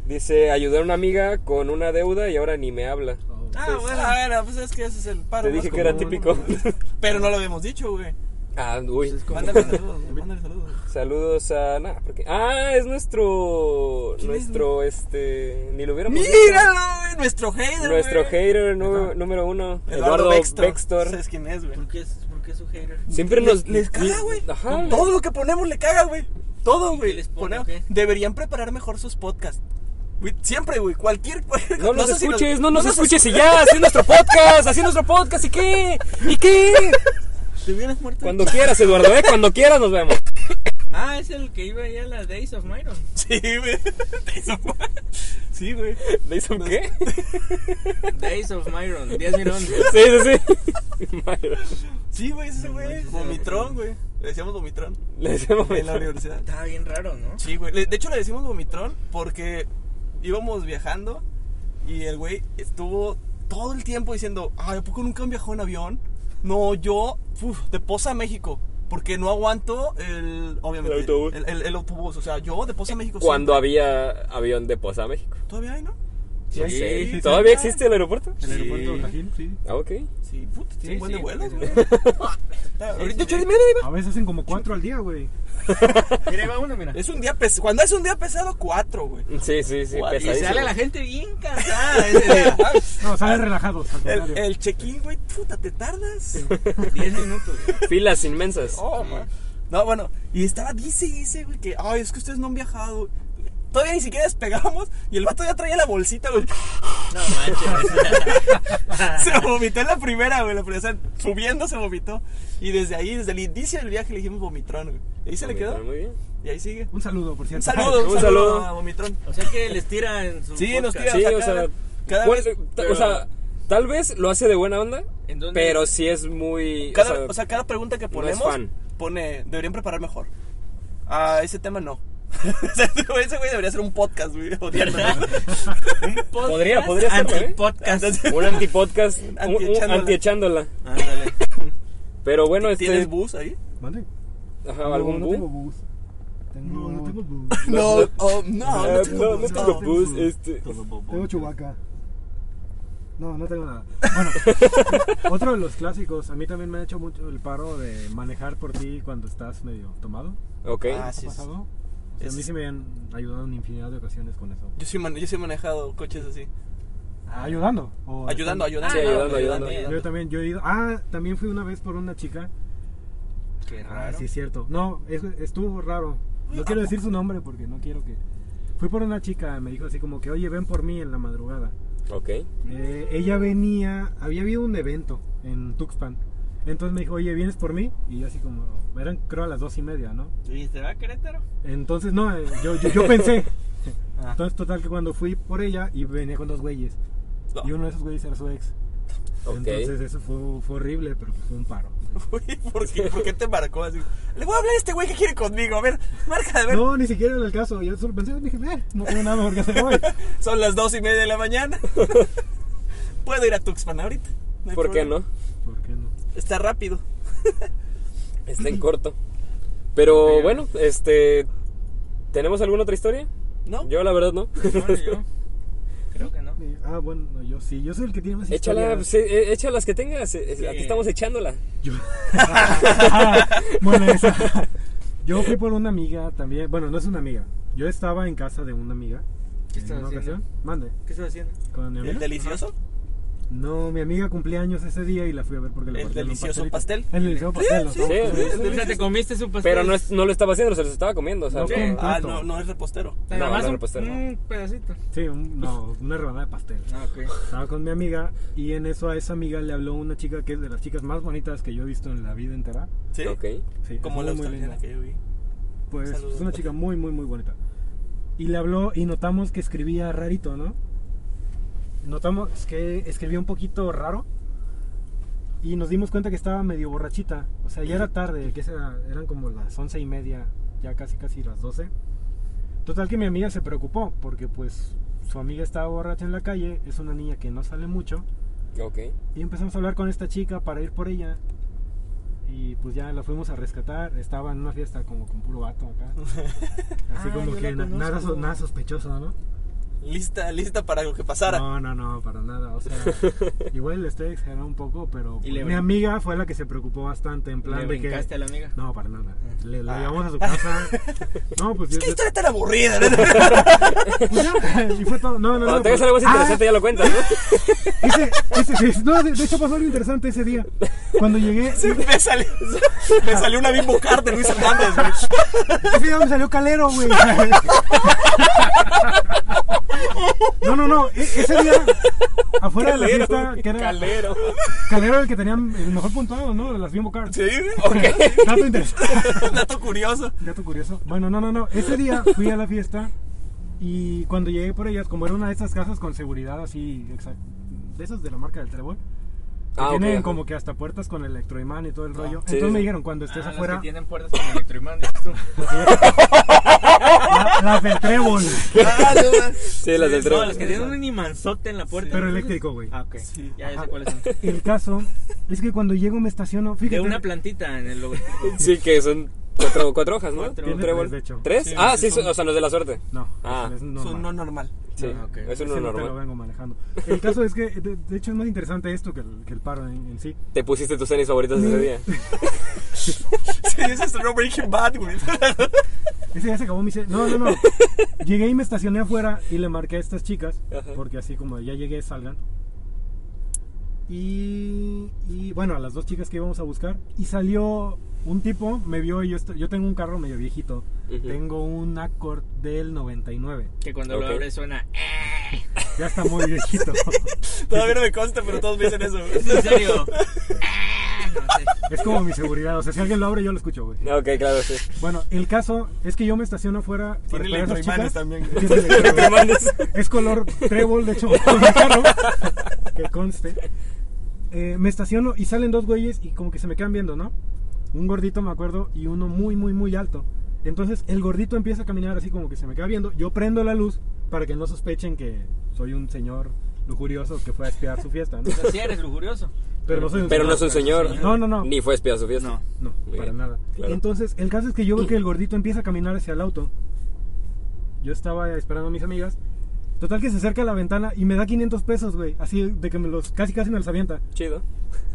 Speaker 2: Dice, ayudar a una amiga con una deuda y ahora ni me habla.
Speaker 1: Ah, bueno, bueno, pues es que ese es el paro.
Speaker 2: Te
Speaker 1: más
Speaker 2: dije que era
Speaker 1: común, ¿no?
Speaker 2: típico.
Speaker 1: Pero no lo habíamos dicho, güey.
Speaker 2: ah,
Speaker 1: Pues
Speaker 2: uy.
Speaker 1: Mándale saludos, güey, mándale saludos.
Speaker 2: Saludos a... Nah, porque... Ah, es nuestro...
Speaker 1: ¿Quién es,
Speaker 2: Nuestro, este... Ni lo hubiéramos
Speaker 1: ¡Míralo, güey! Nuestro hater,
Speaker 2: dicho.
Speaker 1: güey.
Speaker 2: Nuestro hater nu- número uno.
Speaker 1: Eduardo Bextor.
Speaker 2: Bextor.
Speaker 1: ¿Sabes quién es, güey?
Speaker 4: ¿Por qué, es- ¿Por qué es su hater?
Speaker 2: Siempre nos...
Speaker 1: Les caga, güey.
Speaker 2: Ajá.
Speaker 1: Todo lo que ponemos le caga, güey. Todo, güey.
Speaker 4: les pone,
Speaker 1: Ponemos-
Speaker 4: o qué?
Speaker 1: Deberían preparar mejor sus podcasts. Güey, siempre, güey. Cualquier.
Speaker 2: No nos
Speaker 1: sé si
Speaker 2: escuches,
Speaker 1: nos-
Speaker 2: no nos escuches y ya, así es nuestro podcast, así es nuestro podcast, ¿y qué? ¿Y qué?
Speaker 1: Te hubieras muerto.
Speaker 2: Cuando quieras, Eduardo, ¿eh? Cuando quieras nos vemos.
Speaker 4: Ah, es el que iba ahí a la Days of Myron.
Speaker 1: Sí, güey. Te hizo mal. Sí, güey.
Speaker 2: ¿Le hizo un qué?
Speaker 4: Days of Myron, Díaz Mirón.
Speaker 2: Sí, sí, sí. Madre.
Speaker 1: Sí, güey, ese güey. Vomitrón, güey. Le decíamos vomitrón
Speaker 2: Le decíamos...
Speaker 1: en la universidad.
Speaker 4: Estaba bien raro, ¿no?
Speaker 1: Sí, güey. Le- De hecho, le decimos vomitrón porque íbamos viajando y el güey estuvo todo el tiempo diciendo, ay, ¿a poco nunca han viajado en avión? No, yo, uf, de Poza a México. Porque no aguanto el. Obviamente.
Speaker 2: El autobús. Eh,
Speaker 1: El, el- el autobús. O sea, yo de Poza a México.
Speaker 2: Cuando
Speaker 1: siempre-
Speaker 2: había avión de Poza a México.
Speaker 1: Todavía hay, ¿no?
Speaker 3: Sí,
Speaker 2: No sé.
Speaker 3: sí, sí,
Speaker 2: ¿Todavía
Speaker 1: sí.
Speaker 2: existe el aeropuerto?
Speaker 3: El aeropuerto de
Speaker 4: Sí.
Speaker 3: Tajín, sí.
Speaker 2: Ah, ok.
Speaker 1: Sí, puta, tiene
Speaker 4: Sí,
Speaker 1: un buen de
Speaker 4: sí,
Speaker 1: vuelos,
Speaker 4: sí.
Speaker 1: güey. Ahorita-
Speaker 4: sí,
Speaker 1: de hecho,
Speaker 4: sí.
Speaker 1: mira, mira.
Speaker 3: A veces hacen como cuatro al día, güey.
Speaker 4: Mira, ahí va uno, mira.
Speaker 1: Es un día pesado. Cuando es un día pesado, cuatro, güey.
Speaker 2: Sí, sí, sí,
Speaker 1: What? Y
Speaker 4: Y sale la
Speaker 2: pesadísimo.
Speaker 4: gente bien cansada ese día.
Speaker 3: No, salen relajados, al
Speaker 1: El,
Speaker 3: contrario.
Speaker 1: el check-in, güey, puta, te tardas.
Speaker 4: 10 minutos.
Speaker 2: Filas inmensas.
Speaker 1: Oh, man. No, bueno, y estaba, dice, dice, güey, que, ay, es que ustedes no han viajado. Todavía ni siquiera despegamos y el vato ya traía la bolsita, güey.
Speaker 4: No manches.
Speaker 1: Se vomitó en la primera, güey. la primera, o sea, subiendo se vomitó. Y desde ahí, desde el inicio del viaje, le dijimos vomitrón, güey. Y ahí se le quedó.
Speaker 2: Muy bien.
Speaker 1: Y ahí sigue.
Speaker 3: Un saludo, por
Speaker 1: Un
Speaker 3: cierto.
Speaker 1: saludo, un, saludo,
Speaker 2: Un saludo.
Speaker 1: a vomitrón.
Speaker 4: O sea que les tira en su
Speaker 1: Sí, nos
Speaker 4: podcast.
Speaker 1: tira.
Speaker 2: Sí,
Speaker 1: sea,
Speaker 2: o
Speaker 1: cada-
Speaker 2: sea,
Speaker 1: cada
Speaker 2: bueno,
Speaker 1: vez-
Speaker 2: ta- o sea, tal vez lo hace de buena onda,
Speaker 4: ¿En dónde?
Speaker 2: pero sí es muy...
Speaker 1: Cada,
Speaker 2: o sea,
Speaker 1: o sea, cada pregunta que
Speaker 2: no es
Speaker 1: ponemos
Speaker 2: fan.
Speaker 1: pone, deberían preparar mejor. Ah, ese tema no. O sea, ese güey- ese güey debería hacer un podcast, güey. odiándolo.
Speaker 4: Un podcast
Speaker 2: Podría- podría hacerlo, ¿eh?
Speaker 4: antipodcast.
Speaker 2: un antipodcast, un- un
Speaker 1: Antiechándola.
Speaker 2: antiechándola.
Speaker 4: Ándale.
Speaker 2: Pero bueno,
Speaker 1: ¿Tienes
Speaker 2: este...
Speaker 1: bus ahí?
Speaker 3: ¿Mande?
Speaker 2: Ajá, ¿Algún
Speaker 3: no,
Speaker 2: bu?
Speaker 3: tengo bus. Tengo... No, tengo bus.
Speaker 1: No, oh, no,
Speaker 2: Ah,
Speaker 1: tengo
Speaker 2: no
Speaker 1: bus, no.
Speaker 2: tengo bus, este...
Speaker 3: Tengo Chubaca. No, no tengo nada. Bueno, otro de los clásicos. A mí también me ha hecho mucho el paro de manejar por ti cuando estás medio tomado.
Speaker 2: Ok.
Speaker 1: Ah,
Speaker 3: ¿Ha
Speaker 1: sí, sí.
Speaker 3: pasado? O sea, a mí
Speaker 1: Es-
Speaker 3: sí me han ayudado en infinidad de ocasiones con eso.
Speaker 1: Yo sí, man- yo sí he manejado coches así.
Speaker 3: ¿Ayudando? o-
Speaker 1: Ah. Ayudando, ayudando.
Speaker 2: Sí, ayudando, ayudando.
Speaker 3: Yo también, yo he ido. Ah, también fui una vez por una chica.
Speaker 4: Qué
Speaker 3: Ah,
Speaker 4: raro.
Speaker 3: sí, es cierto. No, es- estuvo raro. No quiero decir su nombre porque no quiero que. Fui por una chica, me dijo así como que, oye, ven por mí en la madrugada.
Speaker 2: Ok.
Speaker 3: Eh, ella venía, había habido un evento en Tuxpan. Entonces me dijo, oye, ¿vienes por mí? Y yo así como, eran creo a las dos y media, ¿no?
Speaker 4: ¿Y se va a Querétaro?
Speaker 3: Entonces, no, eh, yo, yo, yo pensé.
Speaker 4: Ah.
Speaker 3: Entonces, total que cuando fui por ella y venía con dos güeyes.
Speaker 1: No.
Speaker 3: Y uno de esos güeyes era su ex.
Speaker 2: Ok.
Speaker 3: Entonces eso fue, fue horrible, pero fue un paro.
Speaker 1: Uy, ¿por qué, ¿Por qué te marcó así? Le voy a hablar a este güey que quiere conmigo. A ver, marca, a ver.
Speaker 3: No, ni siquiera era el caso. Yo solo pensé, dije, "Eh, no tengo nada mejor que hacer hoy.
Speaker 1: Son las dos y media de la mañana. Puedo ir a Tuxpan ahorita. no hay
Speaker 2: ¿Por qué
Speaker 1: problema.
Speaker 2: no?
Speaker 3: ¿Por qué no?
Speaker 1: Está rápido.
Speaker 2: Está en corto. Pero bueno, este... ¿Tenemos alguna otra historia?
Speaker 1: ¿No?
Speaker 2: Yo la verdad no.
Speaker 4: Bueno, yo creo que no.
Speaker 3: Eh, Ah, bueno, no, yo sí. Yo soy el que tiene más
Speaker 2: Échala,
Speaker 3: historias.
Speaker 2: pues, eh, eh, echa las que tengas. eh, eh, Aquí
Speaker 4: Sí.
Speaker 2: estamos echándola.
Speaker 3: Yo... bueno, esa. Yo fui por una amiga también. Bueno, no es una amiga. Yo estaba en casa de una amiga.
Speaker 4: ¿Qué
Speaker 3: en
Speaker 4: estás
Speaker 3: una
Speaker 4: haciendo?
Speaker 3: ocasión. Mande.
Speaker 4: ¿Qué estás haciendo?
Speaker 3: ¿Con mi
Speaker 1: ¿El
Speaker 3: amiga?
Speaker 1: delicioso?
Speaker 3: No, mi amiga cumplía años ese día y la fui a ver porque le
Speaker 1: ¿El
Speaker 3: partieron un
Speaker 1: delicioso
Speaker 3: pastelito.
Speaker 1: pastel?
Speaker 3: El delicioso pastel. ¿no?
Speaker 1: Sí,
Speaker 2: Sí, sí, sí.
Speaker 4: O sea, te comiste su pastel.
Speaker 2: Pero no, es- no lo estaba haciendo, se los estaba comiendo. O sea,
Speaker 3: No,
Speaker 2: no-
Speaker 3: ¿cómo?
Speaker 1: Ah,
Speaker 3: Punto.
Speaker 1: no, no es repostero.
Speaker 4: Nada
Speaker 2: No,
Speaker 4: más
Speaker 2: no,
Speaker 4: un,
Speaker 2: no, pastel, no.
Speaker 4: un pedacito.
Speaker 3: Sí, un- no, una rebanada de pastel.
Speaker 4: Ah, ok.
Speaker 3: Estaba con mi amiga y en eso a esa amiga le habló una chica que es de las chicas más bonitas que yo he visto en la vida entera.
Speaker 1: ¿Sí?
Speaker 2: Ok.
Speaker 3: Sí,
Speaker 1: Como
Speaker 3: es
Speaker 1: la
Speaker 3: muy
Speaker 1: australiana
Speaker 3: linda.
Speaker 1: que yo vi.
Speaker 3: Pues
Speaker 1: Saludos.
Speaker 3: es una chica muy, muy, muy bonita. Y le habló y notamos que escribía rarito, ¿no? Notamos que escribía un poquito raro y nos dimos cuenta que estaba medio borrachita. O sea, ya era tarde, que esa- eran como las once y media, ya casi, casi las doce. Total que mi amiga se preocupó porque pues su amiga estaba borracha en la calle, es una niña que no sale mucho.
Speaker 2: Ok.
Speaker 3: Y empezamos a hablar con esta chica para ir por ella. Y pues ya la fuimos a rescatar. Estaba en una fiesta como con puro vato acá. Así
Speaker 4: Ah,
Speaker 3: como
Speaker 4: yo
Speaker 3: que
Speaker 4: la
Speaker 3: na- nada,
Speaker 4: conozco.
Speaker 3: so- nada sospechoso, ¿no?
Speaker 1: Lista, lista para lo que pasara.
Speaker 3: No, no, no, para nada. O sea, igual le estoy exagerando un poco, pero
Speaker 4: Y le
Speaker 3: mi
Speaker 4: brin-
Speaker 3: amiga fue la que se preocupó bastante. En plan
Speaker 4: Le
Speaker 3: de que.
Speaker 4: brincaste a la amiga.
Speaker 3: No, para nada. Le, la
Speaker 1: Ah.
Speaker 3: llevamos a su casa. No, pues
Speaker 1: Es
Speaker 3: yo.
Speaker 1: que
Speaker 3: yo-
Speaker 1: historia tan aburrida. ¿no?
Speaker 3: pues ya, y fue todo. No, no, no.
Speaker 2: Cuando
Speaker 3: pues-
Speaker 2: tengas algo más
Speaker 3: Ah,
Speaker 2: interesante ya lo cuentas, ¿no?
Speaker 3: ese- ese- ese- no, de, de hecho pasó algo interesante ese día. Cuando llegué.
Speaker 1: Sí, me, salió, me salió una bimbo car de Luis Hernández, güey.
Speaker 3: Ese día me salió calero, güey. No, no, no. e- Ese día, afuera de la fiesta, que era
Speaker 2: Calero.
Speaker 3: Calero era el que tenía el mejor puntuado, ¿no? De las Bimbo Cards.
Speaker 1: Sí, güey.
Speaker 3: Dato interesante.
Speaker 1: Ok. Dato curioso.
Speaker 3: Dato curioso. Bueno, no, no, no. Ese día fui a la fiesta y cuando llegué por ellas, como era una de esas casas con seguridad así, exa- de esas de la marca del Trébol, que
Speaker 2: Ah, ok,
Speaker 3: tienen
Speaker 2: ajá.
Speaker 3: como que hasta puertas con electroimán y todo el rollo.
Speaker 2: Sí,
Speaker 3: Entonces
Speaker 2: sí.
Speaker 3: me dijeron, cuando
Speaker 4: Ah,
Speaker 3: estés
Speaker 4: las
Speaker 3: afuera,
Speaker 4: que tienen puertas con electroimán, dices tú.
Speaker 3: la- las del trébol,
Speaker 1: Ah, no, man.
Speaker 2: Sí, las del
Speaker 4: No, las que tienen
Speaker 2: tren.
Speaker 4: un imanzote en la puerta.
Speaker 3: pero
Speaker 4: ¿no?
Speaker 3: eléctrico, güey.
Speaker 4: Ah, ok.
Speaker 1: Sí.
Speaker 4: Ya, ya
Speaker 3: Ajá.
Speaker 4: sé cuáles son.
Speaker 3: El caso es que cuando llego me estaciono, fíjate.
Speaker 4: De una plantita en el logotipo.
Speaker 2: Sí, que son cuatro, cuatro hojas, ¿no?
Speaker 4: Cuatro.
Speaker 2: Un
Speaker 4: Tiene
Speaker 2: trébol.
Speaker 3: tres, de hecho.
Speaker 2: ¿Tres?
Speaker 1: Sí,
Speaker 2: ah,
Speaker 1: sí,
Speaker 2: sí,
Speaker 1: son-
Speaker 2: o sea, los de la suerte.
Speaker 3: No,
Speaker 2: Ah.
Speaker 3: es
Speaker 1: Es un
Speaker 3: normal.
Speaker 1: no normal.
Speaker 2: Sí,
Speaker 4: Ah, ok.
Speaker 2: es
Speaker 3: Ese
Speaker 2: uno
Speaker 3: no te lo
Speaker 2: normal.
Speaker 3: vengo manejando. El caso es que, de, de hecho, es más interesante esto que el, que el paro en, en sí.
Speaker 2: Te pusiste tus tenis favoritos ese día.
Speaker 1: Sí, ese es no Breaking Bad, güey.
Speaker 3: Ese día se acabó mi... se- No, no, no. llegué y me estacioné afuera y le marqué a estas chicas,
Speaker 2: Ajá.
Speaker 3: porque así como ya llegué, salgan. Y, y, bueno, a las dos chicas que íbamos a buscar. Y salió un tipo, me vio, y yo, estoy- yo tengo un carro medio viejito.
Speaker 2: Ujú.
Speaker 3: Tengo un Accord del 99.
Speaker 4: Que cuando
Speaker 2: Ok.
Speaker 4: lo abres suena.
Speaker 3: Ya está muy viejito.
Speaker 1: Todavía no me consta, pero todos me dicen eso, güey.
Speaker 4: ¿Es en serio? No sé.
Speaker 3: es como mi seguridad. O sea, si alguien lo abre, yo lo escucho, güey.
Speaker 2: Ah, Ok, claro, sí.
Speaker 3: Bueno, el caso es que yo me estaciono afuera.
Speaker 1: Tiene
Speaker 3: esperar a esas
Speaker 1: electroimanes
Speaker 3: chicas.
Speaker 1: también.
Speaker 3: Tiene electroimanes. es color trébol, de hecho, con mi carro. Que conste. Eh, me estaciono y salen dos güeyes y como que se me quedan viendo, ¿no? Un gordito, me acuerdo, y uno muy, muy, muy alto. Entonces el gordito empieza a caminar así como que se me queda viendo. Yo prendo la luz para que no sospechen que soy un señor lujurioso que fue a espiar su fiesta, ¿no?
Speaker 4: O sea, sí eres lujurioso.
Speaker 3: Pero no soy un
Speaker 2: Pero no es un señor.
Speaker 3: No, no, no.
Speaker 2: Ni fue espía a su fiesta.
Speaker 4: No.
Speaker 3: No,
Speaker 2: Muy
Speaker 3: para
Speaker 2: bien,
Speaker 3: nada.
Speaker 2: claro.
Speaker 3: Entonces, el caso es que yo veo que el gordito empieza a caminar hacia el auto. Yo estaba esperando a mis amigas. Total que se acerca a la ventana y me da 500 pesos, güey. Así de que me los, casi casi me los avienta.
Speaker 2: Chido.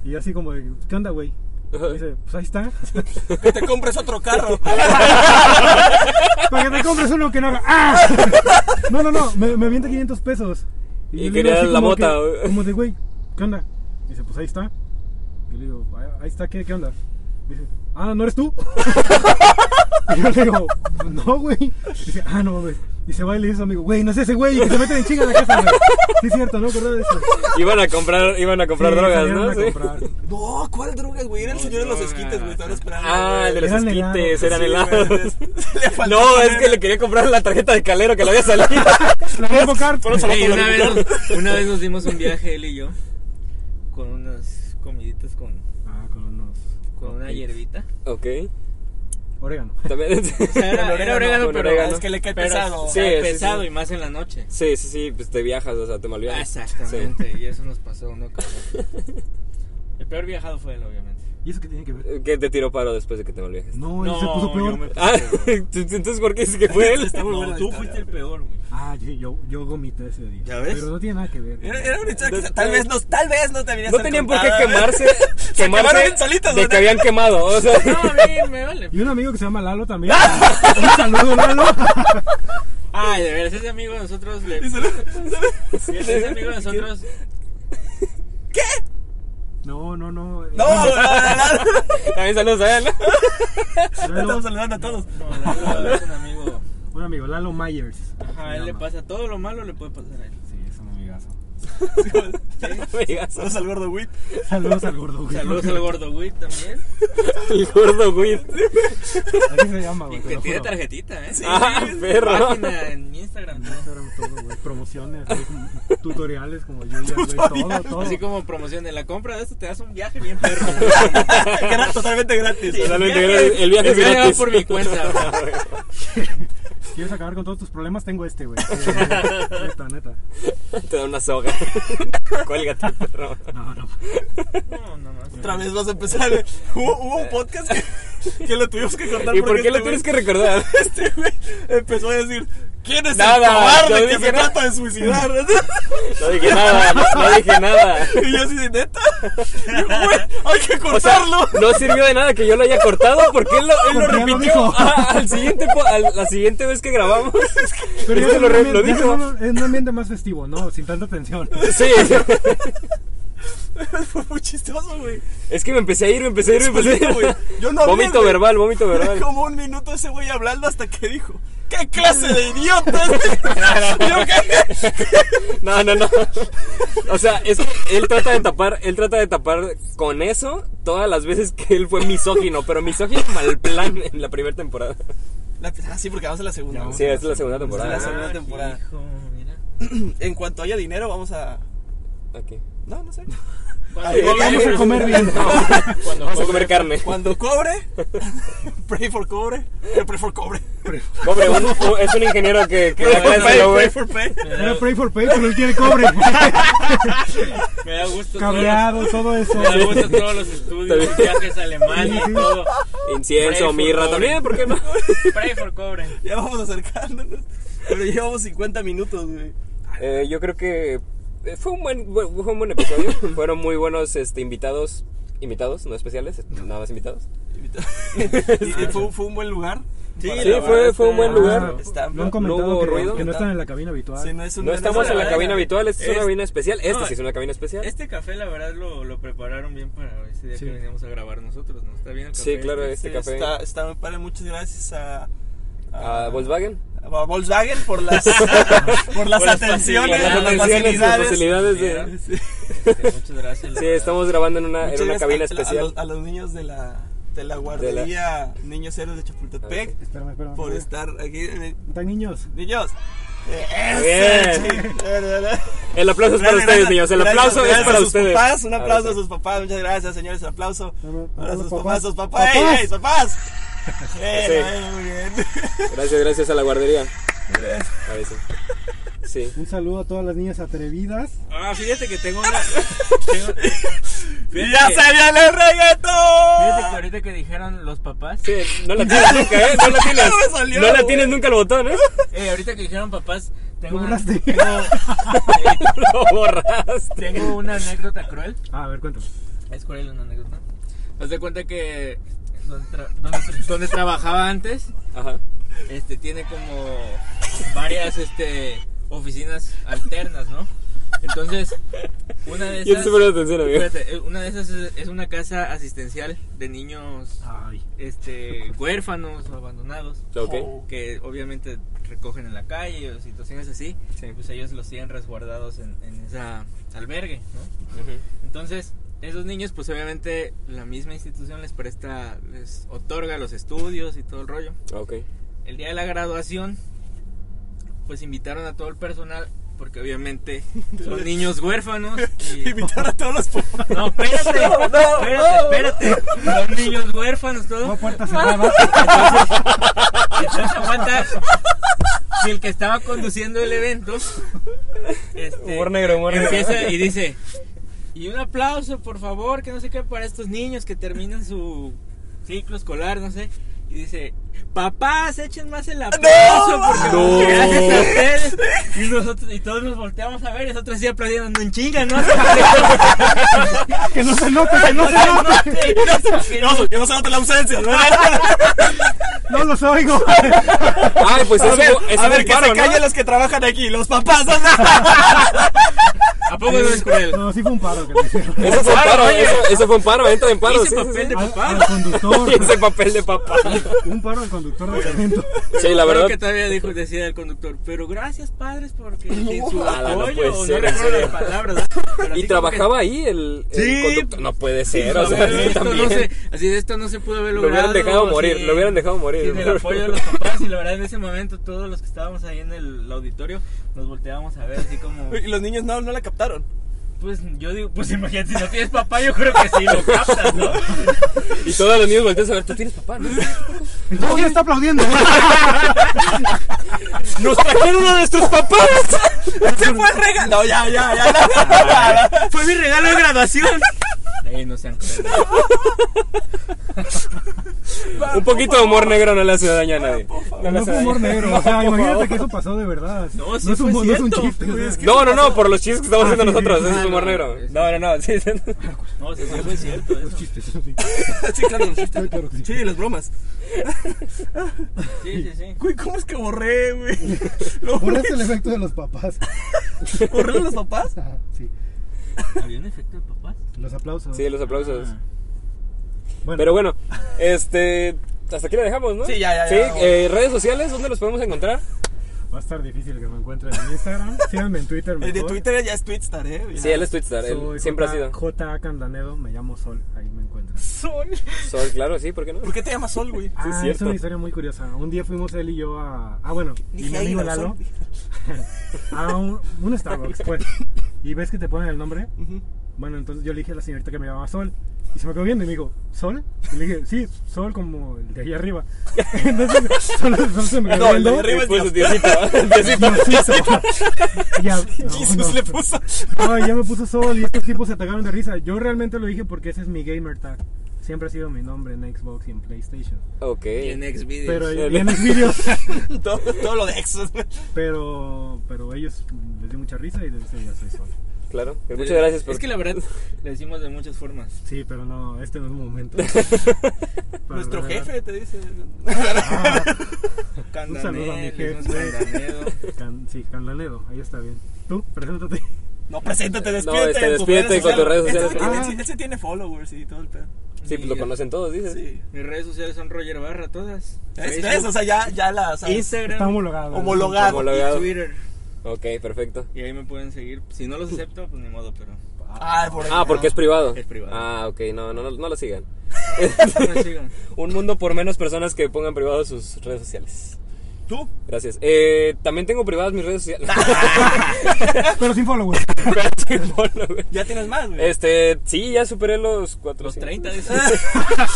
Speaker 3: Y yo así como, de, ¿qué onda, güey?
Speaker 2: Ajá.
Speaker 3: Me Dice, pues ahí está.
Speaker 1: Que te compres otro carro.
Speaker 3: Para que te compres uno que no haga. ¡Ah! No, no, no, me, me avienta 500 pesos.
Speaker 2: Y
Speaker 3: yo le
Speaker 2: quería
Speaker 3: digo así
Speaker 2: la
Speaker 3: como
Speaker 2: mota,
Speaker 3: que-
Speaker 2: güey.
Speaker 3: como de, güey, ¿qué onda? Dice, pues ahí está. Y le digo, "Ah, ahí está, ¿qué, qué onda? Dice, ah, ¿no eres tú? y yo le digo, no, güey. Dice, ah, no, güey. Y se va y le dice a su amigo, güey, no es ese güey, que se meten en chinga a la casa, güey. Sí, es cierto, ¿no? ¿Verdad eso?
Speaker 2: Iban a comprar, iban a comprar
Speaker 3: Sí,
Speaker 2: drogas,
Speaker 3: salieron
Speaker 2: ¿no?
Speaker 3: a
Speaker 2: Sí.
Speaker 3: comprar.
Speaker 1: No, ¿cuál drogas, güey? Era el
Speaker 4: No,
Speaker 1: señor de los
Speaker 4: drogas.
Speaker 1: esquites, güey. Estaban esperando.
Speaker 2: Ah, el de los
Speaker 3: Eran
Speaker 2: esquites,
Speaker 3: helados.
Speaker 2: eran
Speaker 1: Sí,
Speaker 2: helados.
Speaker 1: güey, le faltó
Speaker 2: No, es
Speaker 1: poner-
Speaker 2: que le quería comprar la tarjeta de calero que le había salido.
Speaker 3: La voy a invocar.
Speaker 4: Ey, una, vez, una vez nos dimos un viaje, él y yo, con unas comiditas con,
Speaker 3: Ah, con unos
Speaker 4: con una hierbita.
Speaker 2: ok.
Speaker 3: orégano.
Speaker 2: También.
Speaker 4: O sea, era,
Speaker 1: Con
Speaker 4: era orégano,
Speaker 2: con
Speaker 4: pero
Speaker 2: orégano.
Speaker 1: Es que le cae
Speaker 4: pero
Speaker 1: pesado.
Speaker 2: Sí,
Speaker 4: cae
Speaker 2: sí,
Speaker 4: pesado
Speaker 2: sí.
Speaker 4: y más en la noche. Ah,
Speaker 2: Sí, sí, sí, pues te viajas, o sea, te malviajas.
Speaker 4: Exactamente, y eso nos pasó uno con otro. El peor viajado fue él, obviamente.
Speaker 3: ¿Y eso qué tiene que ver?
Speaker 2: Sí. ¿Qué te tiró paro después de que te malviajes?
Speaker 4: No,
Speaker 3: No, no se puso peor.
Speaker 4: yo me-
Speaker 2: Ah, entonces, ¿por qué dices que fue él?
Speaker 1: Está muy buena
Speaker 4: No,
Speaker 1: la
Speaker 4: tú
Speaker 1: historia,
Speaker 4: fuiste
Speaker 1: güey.
Speaker 4: el peor, güey.
Speaker 3: Ah, sí, yo, yo vomité ese día.
Speaker 1: ¿Ya ves?
Speaker 3: Pero no tiene nada que ver.
Speaker 1: Era, era una historia que tal vez no, tal vez no debería
Speaker 2: No
Speaker 1: ser
Speaker 2: tenían por qué
Speaker 1: contada, güey.
Speaker 2: quemarse,
Speaker 1: Se acabaron
Speaker 2: quemarse
Speaker 1: bien solitos,
Speaker 2: de
Speaker 1: güey.
Speaker 2: que habían quemado, o sea.
Speaker 4: No, a mí me vale.
Speaker 3: Y un amigo que se llama Lalo también. un saludo, Lalo.
Speaker 4: Ay, de veras, ese amigo de nosotros le.
Speaker 1: Y se lo- se lo-
Speaker 4: Sí, ese amigo de nosotros.
Speaker 3: No, no, no. eh,
Speaker 1: No, no, no, no,
Speaker 2: También saludos a él.
Speaker 1: no,
Speaker 3: Lalo-
Speaker 1: Estamos saludando a todos.
Speaker 4: No, Lalo es un amigo.
Speaker 3: un amigo, Lalo Myers.
Speaker 4: Ajá,
Speaker 3: Se
Speaker 4: él le
Speaker 3: llama.
Speaker 4: pasa todo lo malo, le puede pasar a él.
Speaker 3: Sí, es un amigazo.
Speaker 2: Amigazo.
Speaker 1: Saludos al gordo Wit.
Speaker 3: Saludos al gordo, güey.
Speaker 4: Saludos al gordo güey también.
Speaker 2: El gordo güey.
Speaker 3: Así se llama,
Speaker 4: Y
Speaker 3: güey. te
Speaker 4: que
Speaker 3: lo
Speaker 4: tiene
Speaker 3: juro.
Speaker 4: tarjetita, ¿eh?
Speaker 2: Ah, perro.
Speaker 4: Página en Instagram. ¿no?
Speaker 3: Instagram, todo, güey. Promociones, güey, como tutoriales como yo, ya, güey. Todo, todo.
Speaker 4: Así como promoción de la compra de esto, te das un viaje bien perro.
Speaker 1: Que era totalmente gratis.
Speaker 2: Sí. Totalmente gratis, el viaje es
Speaker 4: Este va
Speaker 2: gratis.
Speaker 4: por mi cuenta. güey.
Speaker 3: ¿Quieres acabar con todos tus problemas? Tengo este, güey. Sí, güey. neta, neta.
Speaker 2: Te da una soga. Cuélgate, perro.
Speaker 3: No, no.
Speaker 4: No, no más.
Speaker 1: Otra vez vas a empezar. güey. Hubo, hubo un podcast que, que lo tuvimos que cortar.
Speaker 2: ¿Y por qué
Speaker 1: este
Speaker 2: lo
Speaker 1: güey-
Speaker 2: tienes que recordar?
Speaker 1: Este güey empezó a decir: ¿Quién es el
Speaker 2: Nada,
Speaker 1: cobarde
Speaker 2: no
Speaker 1: que
Speaker 2: dije
Speaker 1: se
Speaker 2: nada.
Speaker 1: trata de suicidar?
Speaker 2: No dije nada, no, no dije nada.
Speaker 1: Y yo así de neta. Y yo, güey, hay que
Speaker 2: O sea,
Speaker 1: cortarlo.
Speaker 2: no sirvió de nada que yo lo haya cortado porque él lo, él lo
Speaker 3: Porque ya lo
Speaker 2: repitió
Speaker 3: dijo.
Speaker 2: Ah, al siguiente, po- al- la siguiente vez que grabamos. Este
Speaker 3: Pero ya es
Speaker 2: lo,
Speaker 3: un
Speaker 2: re-
Speaker 3: ambiente-
Speaker 2: lo
Speaker 3: ya
Speaker 2: dijo.
Speaker 3: es un- Es un ambiente más festivo, ¿no? Sin tanta tensión.
Speaker 2: Sí,
Speaker 1: Fue muy chistoso, güey.
Speaker 2: es que me empecé a ir, me empecé a ir, me empecé a ir.
Speaker 1: Solito, güey. Yo no hablé,
Speaker 2: pues vómito
Speaker 1: güey.
Speaker 2: verbal, vómito
Speaker 1: Era
Speaker 2: verbal.
Speaker 1: como un minuto ese güey hablando hasta que dijo: ¿Qué clase de idiota es este?" Yo, ¿qué?
Speaker 2: No, no, no. O sea, es que él trata de tapar, él trata de tapar con eso todas las veces que él fue misógino, pero misógino mal plan en la primera temporada.
Speaker 1: La- ah, sí, porque vamos a la segunda. güey.
Speaker 2: Sí, esta es Ah, la segunda temporada.
Speaker 1: segunda temporada.
Speaker 4: Hijo, mira.
Speaker 1: En cuanto haya dinero, vamos a,
Speaker 2: Aquí.
Speaker 1: No, no sé.
Speaker 4: Cuando
Speaker 1: Ay,
Speaker 3: Vamos a comer bien.
Speaker 4: Cuando
Speaker 2: Vamos a
Speaker 4: cobre.
Speaker 2: comer carne.
Speaker 1: Cuando cobre, pray for cobre, eh, pray for cobre.
Speaker 2: Cobre, un- un- es un ingeniero que, que
Speaker 1: Pray
Speaker 2: da
Speaker 1: for
Speaker 2: clases, ¿no,
Speaker 1: pay,
Speaker 2: güey?
Speaker 1: pray for pay.
Speaker 4: Me da-
Speaker 3: Era Pray for Pay, pero él quiere cobre.
Speaker 4: Me da gusto.
Speaker 3: Cableado, todo eso.
Speaker 4: todos los- Me da gusto todos los estudios, los viajes a Alemania y todo. Pray
Speaker 2: Incienso,
Speaker 4: for
Speaker 2: mirra
Speaker 4: cobre.
Speaker 2: también, ¿por qué no?
Speaker 4: Pray for cobre.
Speaker 1: Ya vamos acercándonos. Pero llevamos 50 minutos, güey.
Speaker 2: Eh, yo creo que eh, fue un buen, bu- fue un buen episodio. Fueron muy buenos este, invitados, invitados, no especiales, nada más invitados.
Speaker 1: Y- y fue, fue un buen lugar.
Speaker 4: Sí,
Speaker 1: para
Speaker 2: Sí,
Speaker 1: grabar
Speaker 2: fue-
Speaker 1: este-
Speaker 2: fue un buen lugar.
Speaker 3: Ah,
Speaker 1: Está-
Speaker 3: no han
Speaker 2: no
Speaker 3: comentado
Speaker 2: hubo
Speaker 3: que,
Speaker 2: ruido.
Speaker 3: que no están en la cabina habitual.
Speaker 1: Sí, no, es un-
Speaker 2: No estamos en la
Speaker 1: es-
Speaker 2: cabina habitual, esta es
Speaker 4: Es-
Speaker 2: una cabina especial. Esta
Speaker 4: no,
Speaker 2: sí es una cabina especial.
Speaker 4: Este café, la verdad, lo, lo prepararon bien para este día
Speaker 3: Sí.
Speaker 4: que veníamos a grabar nosotros, ¿no? Está bien el café.
Speaker 2: Sí, claro, este
Speaker 1: Sí,
Speaker 2: café.
Speaker 1: Está, está muy padre. Muchas gracias a.
Speaker 2: A Volkswagen.
Speaker 1: a Volkswagen por las, por las
Speaker 4: Por las
Speaker 1: atenciones,
Speaker 4: facilidades.
Speaker 1: por las
Speaker 2: Atenciones y
Speaker 1: facilidades.
Speaker 2: facilidades de-
Speaker 1: Mira, sí.
Speaker 4: Este, muchas gracias. la
Speaker 2: Sí,
Speaker 4: verdad.
Speaker 2: estamos grabando en una,
Speaker 1: Muchas
Speaker 2: en una
Speaker 1: gracias a-
Speaker 2: cabina
Speaker 1: a la- A
Speaker 2: especial.
Speaker 1: los, a los niños de la, de la guardería Niños Héroes de Chapultepec
Speaker 2: Ah,
Speaker 3: Espérame, espérame.
Speaker 1: por estar aquí. eh,
Speaker 3: Están niños.
Speaker 1: Niños. Eh,
Speaker 2: Bien. El aplauso es para
Speaker 1: Gracias,
Speaker 2: ustedes, niños. El
Speaker 1: gracias,
Speaker 2: aplauso
Speaker 1: gracias
Speaker 2: es para
Speaker 1: a sus
Speaker 2: ustedes.
Speaker 1: Papás, un aplauso a
Speaker 2: Ahora
Speaker 1: sus papás. Muchas gracias, señores. Un aplauso.
Speaker 3: No, no,
Speaker 1: Ahora
Speaker 3: a
Speaker 1: sus
Speaker 3: los
Speaker 1: papás,
Speaker 3: papás.
Speaker 1: sus papás. ¡Ey,
Speaker 3: Papás.
Speaker 1: ey, sus papás! Eh, bueno, muy bien.
Speaker 2: sí. Gracias, gracias a la guardería. Parece. Sí.
Speaker 3: Un saludo a todas las niñas atrevidas.
Speaker 4: Ah, fíjate que tengo una. tengo-
Speaker 1: Y ya se viene el
Speaker 4: Fíjate que
Speaker 1: reggaetón.
Speaker 4: ahorita que dijeron los papás.
Speaker 2: Sí, no la tienes nunca, ¿eh? No la tienes.
Speaker 1: No me salió,
Speaker 2: No la
Speaker 1: güey.
Speaker 2: tienes nunca el botón, ¿eh?
Speaker 4: Eh, ahorita que dijeron papás, tengo
Speaker 3: Lo
Speaker 4: una,
Speaker 3: borraste.
Speaker 4: tengo, eh,
Speaker 2: Lo borraste.
Speaker 4: tengo una anécdota cruel.
Speaker 3: Ah, a ver, cuéntame.
Speaker 4: Es cruel una anécdota. Haz de cuenta que donde, tra- donde tra- donde trabajaba antes,
Speaker 2: Ajá.
Speaker 4: este tiene como varias este oficinas alternas, ¿no? Entonces, una de
Speaker 2: Yo te
Speaker 4: esas
Speaker 2: estoy poniendo este atención, amigo.
Speaker 4: Espérate, eh, una de esas es, es una casa asistencial de niños
Speaker 3: Ay.
Speaker 4: este huérfanos o abandonados.
Speaker 1: Oh.
Speaker 2: Ok.
Speaker 4: que obviamente recogen en la calle o situaciones así,
Speaker 2: Sí.
Speaker 4: pues ellos los tienen resguardados en, en esa albergue, ¿no? Entonces, esos niños, pues obviamente la misma institución les presta, les otorga los estudios y todo el rollo.
Speaker 2: Ok.
Speaker 4: El día de la graduación, pues invitaron a todo el personal, porque obviamente son niños huérfanos. y-
Speaker 1: Invitar a todos los papás.
Speaker 4: No, espérate, espérate, espérate. Son niños huérfanos todos.
Speaker 3: No puertas cerradas.
Speaker 4: Entonces, aguanta. Si el que estaba conduciendo el evento este,
Speaker 2: Humor negro, humor negro.
Speaker 4: empieza y dice: Y un aplauso, por favor, que no sé qué, para estos niños que terminan su ciclo escolar, no sé. Y dice: Papás, echen más el aplauso, porque
Speaker 2: No.
Speaker 4: gracias a ustedes. Y, nosotros, y todos nos volteamos a ver, y nosotros sí aplaudiendo en chinga, ¿no?
Speaker 3: que no se note, que no se note.
Speaker 1: Que no, que no se note la ausencia. ¿no?
Speaker 3: No los oigo.
Speaker 2: Ay, pues
Speaker 1: A
Speaker 2: eso
Speaker 1: ver,
Speaker 2: es
Speaker 1: a ver, que se callen los que trabajan aquí. Los papás. ¿no?
Speaker 4: ¿A poco no es cruel?
Speaker 3: No, sí fue un paro que le hicieron.
Speaker 2: Eso fue un paro, eso, eso fue un paro, entra en paro.
Speaker 4: Hice papel de
Speaker 3: Al,
Speaker 4: papá.
Speaker 3: al conductor.
Speaker 2: Y ese papel de papá.
Speaker 3: Un paro al conductor del evento.
Speaker 2: Sí, la
Speaker 4: Creo
Speaker 2: verdad.
Speaker 4: que todavía dijo, decía el conductor, pero gracias padres porque sin su
Speaker 2: Ala, Ah, no
Speaker 4: apoyo,
Speaker 2: puede
Speaker 4: o
Speaker 2: ser,
Speaker 4: no
Speaker 2: en
Speaker 4: recuerdo
Speaker 2: serio.
Speaker 4: la palabra, ¿verdad? Pero así
Speaker 2: Y
Speaker 4: como
Speaker 2: trabajaba ahí el, el
Speaker 4: Sí.
Speaker 2: conductor. No puede
Speaker 4: que,
Speaker 2: ser, o sea,
Speaker 4: "Joder, esto
Speaker 2: también.
Speaker 4: no se, así de esto no se pudo haber
Speaker 2: Lo
Speaker 4: logrado.
Speaker 2: hubieran dejado
Speaker 4: sin-
Speaker 2: morir, lo hubieran dejado morir.
Speaker 4: Sin el apoyo de los papás y la verdad en ese momento todos los que estábamos ahí en el auditorio nos volteábamos a ver así como,
Speaker 1: Y los niños no, no la captaron.
Speaker 4: pues yo digo, pues imagínate, si no tienes papá yo creo que sí lo captas, ¿no?
Speaker 2: Y todos los niños voltean a ver, tú tienes papá, ¿no?
Speaker 3: No, ¿quién está aplaudiendo? ¿eh?
Speaker 2: ¡Nos trajeron uno de nuestros papás!
Speaker 1: ¡Este fue el regalo! No, ya, ya, ya. ya.
Speaker 4: Fue mi regalo de graduación. Ey, no sean crueles.
Speaker 2: Un poquito de humor negro no le hace daño a nadie.
Speaker 3: No, fue humor negro. o sea, imagínate que eso pasó de verdad.
Speaker 4: No, sí
Speaker 3: es, un,
Speaker 4: fue
Speaker 3: no es un
Speaker 4: cierto.
Speaker 3: chiste. o sea.
Speaker 2: No, no, no, por los chistes que estamos
Speaker 3: Ah,
Speaker 2: haciendo
Speaker 3: sí, sí,
Speaker 2: nosotros,
Speaker 3: sí.
Speaker 2: eso es
Speaker 4: Ah,
Speaker 2: humor
Speaker 4: no,
Speaker 2: negro.
Speaker 4: es-
Speaker 2: No, no, no, sí, sí.
Speaker 4: No, sí, sí fue cierto
Speaker 3: Los
Speaker 4: eso.
Speaker 3: chistes, eso sí.
Speaker 1: Sí, claro, los chistes.
Speaker 3: Claro que sí.
Speaker 1: Sí, las bromas.
Speaker 4: Sí, sí, sí.
Speaker 1: Güey, ¿cómo es que borré, güey? Lo borré,
Speaker 3: Borraste el efecto de los papás.
Speaker 1: borré a los papás.
Speaker 3: Ah, sí.
Speaker 4: ¿Había un efecto de papás? Ah.
Speaker 3: Los aplausos.
Speaker 2: Sí, los aplausos.
Speaker 3: Bueno,
Speaker 2: Pero bueno, este. Hasta aquí la dejamos, ¿no?
Speaker 1: Sí, ya, ya,
Speaker 2: Sí,
Speaker 1: ya.
Speaker 2: eh, redes sociales, ¿dónde los podemos encontrar?
Speaker 3: va a estar difícil que me encuentren en Instagram. Síganme en Twitter.
Speaker 1: El de
Speaker 3: mejor.
Speaker 1: Twitter ya es Twitstar, ¿eh? Ya.
Speaker 2: Sí, él es Twitstar, él
Speaker 3: Soy
Speaker 2: siempre ha
Speaker 3: J-
Speaker 2: sido.
Speaker 3: J.A. Candanedo, me llamo Sol, ahí me encuentran.
Speaker 2: Sol, claro, sí, ¿por qué no?
Speaker 1: ¿Por qué te llamas Sol, güey?
Speaker 3: Ah, es
Speaker 2: cierto.
Speaker 3: una historia muy curiosa. Un día fuimos él y yo a. Ah, bueno, y mi
Speaker 1: ahí,
Speaker 3: amigo
Speaker 1: no,
Speaker 3: Lalo
Speaker 1: Sol.
Speaker 3: a un, un Starbucks, pues. y ves que te ponen el nombre.
Speaker 1: Ujú.
Speaker 3: Bueno, entonces yo le dije a la señorita que me llamaba Sol. Y se me quedó viendo y me dijo, ¿Sol? Y le dije, sí, Sol como el de ahí arriba. Entonces, Sol, Sol se me quedó
Speaker 1: No, el de
Speaker 3: viendo.
Speaker 1: ahí arriba es
Speaker 2: Pues
Speaker 1: Dios.
Speaker 2: Diosito, Diosito.
Speaker 3: No, sí, Sol. Ya, no,
Speaker 1: Jesús
Speaker 3: no. pues.
Speaker 1: le puso.
Speaker 3: Ay, ya me puso Sol y estos tipos se atacaron de risa. Yo realmente lo dije porque ese es mi gamer tag. Siempre ha sido mi nombre en Xbox y en PlayStation.
Speaker 2: Ok.
Speaker 4: Y en Xvideos.
Speaker 3: Pero
Speaker 2: Sí.
Speaker 3: y en los vídeos.
Speaker 1: todo, todo lo de Exos. güey.
Speaker 3: Pero, pero ellos mm, les dio mucha risa y desde ese día soy Sol.
Speaker 2: Claro. Pues Muchas gracias por.
Speaker 4: Es que la verdad, le decimos de muchas formas.
Speaker 3: Sí, pero no, este no es un momento. Para
Speaker 1: Nuestro
Speaker 3: revelar.
Speaker 1: jefe te dice.
Speaker 3: Ah,
Speaker 4: Candanel,
Speaker 3: saludo a mi
Speaker 4: es
Speaker 3: jefe.
Speaker 4: un candanedo.
Speaker 3: Can- sí, Canlanedo, ahí está bien. Tú, preséntate.
Speaker 1: No, preséntate, despídete.
Speaker 2: No, este,
Speaker 1: en tus
Speaker 2: despídete con tus redes
Speaker 1: Este
Speaker 2: sociales.
Speaker 1: güey tiene-
Speaker 3: Ah.
Speaker 1: sí, Él se tiene followers y todo el pedo.
Speaker 2: Sí, pues lo
Speaker 4: Mi-
Speaker 2: conocen todos, dices.
Speaker 1: Sí.
Speaker 4: Mis redes sociales son Roger Barra, todas.
Speaker 2: Ah,
Speaker 1: Es,
Speaker 4: Facebook,
Speaker 1: es, o sea, ya, ya la. sabes.
Speaker 4: Instagram
Speaker 3: Está homologado. ¿no?
Speaker 1: Homologado.
Speaker 2: Homologado.
Speaker 4: y Twitter.
Speaker 2: Ok, perfecto.
Speaker 4: Y ahí me pueden seguir. Si no los acepto, pues ni modo, pero
Speaker 1: Ah, por
Speaker 2: Ah, porque es privado.
Speaker 4: Es privado.
Speaker 2: Ah, ok, no, no, no, no lo sigan.
Speaker 4: me sigan.
Speaker 2: Un mundo por menos personas que pongan privado sus redes sociales.
Speaker 1: ¿Tú?
Speaker 2: Gracias. Eh, también tengo privadas mis redes sociales.
Speaker 3: Pero sin followers.
Speaker 2: Pero sin follow, güey.
Speaker 1: Ya tienes más, güey.
Speaker 2: este, sí, ya superé los cuatro.
Speaker 4: Los
Speaker 2: cinco.
Speaker 4: 30 de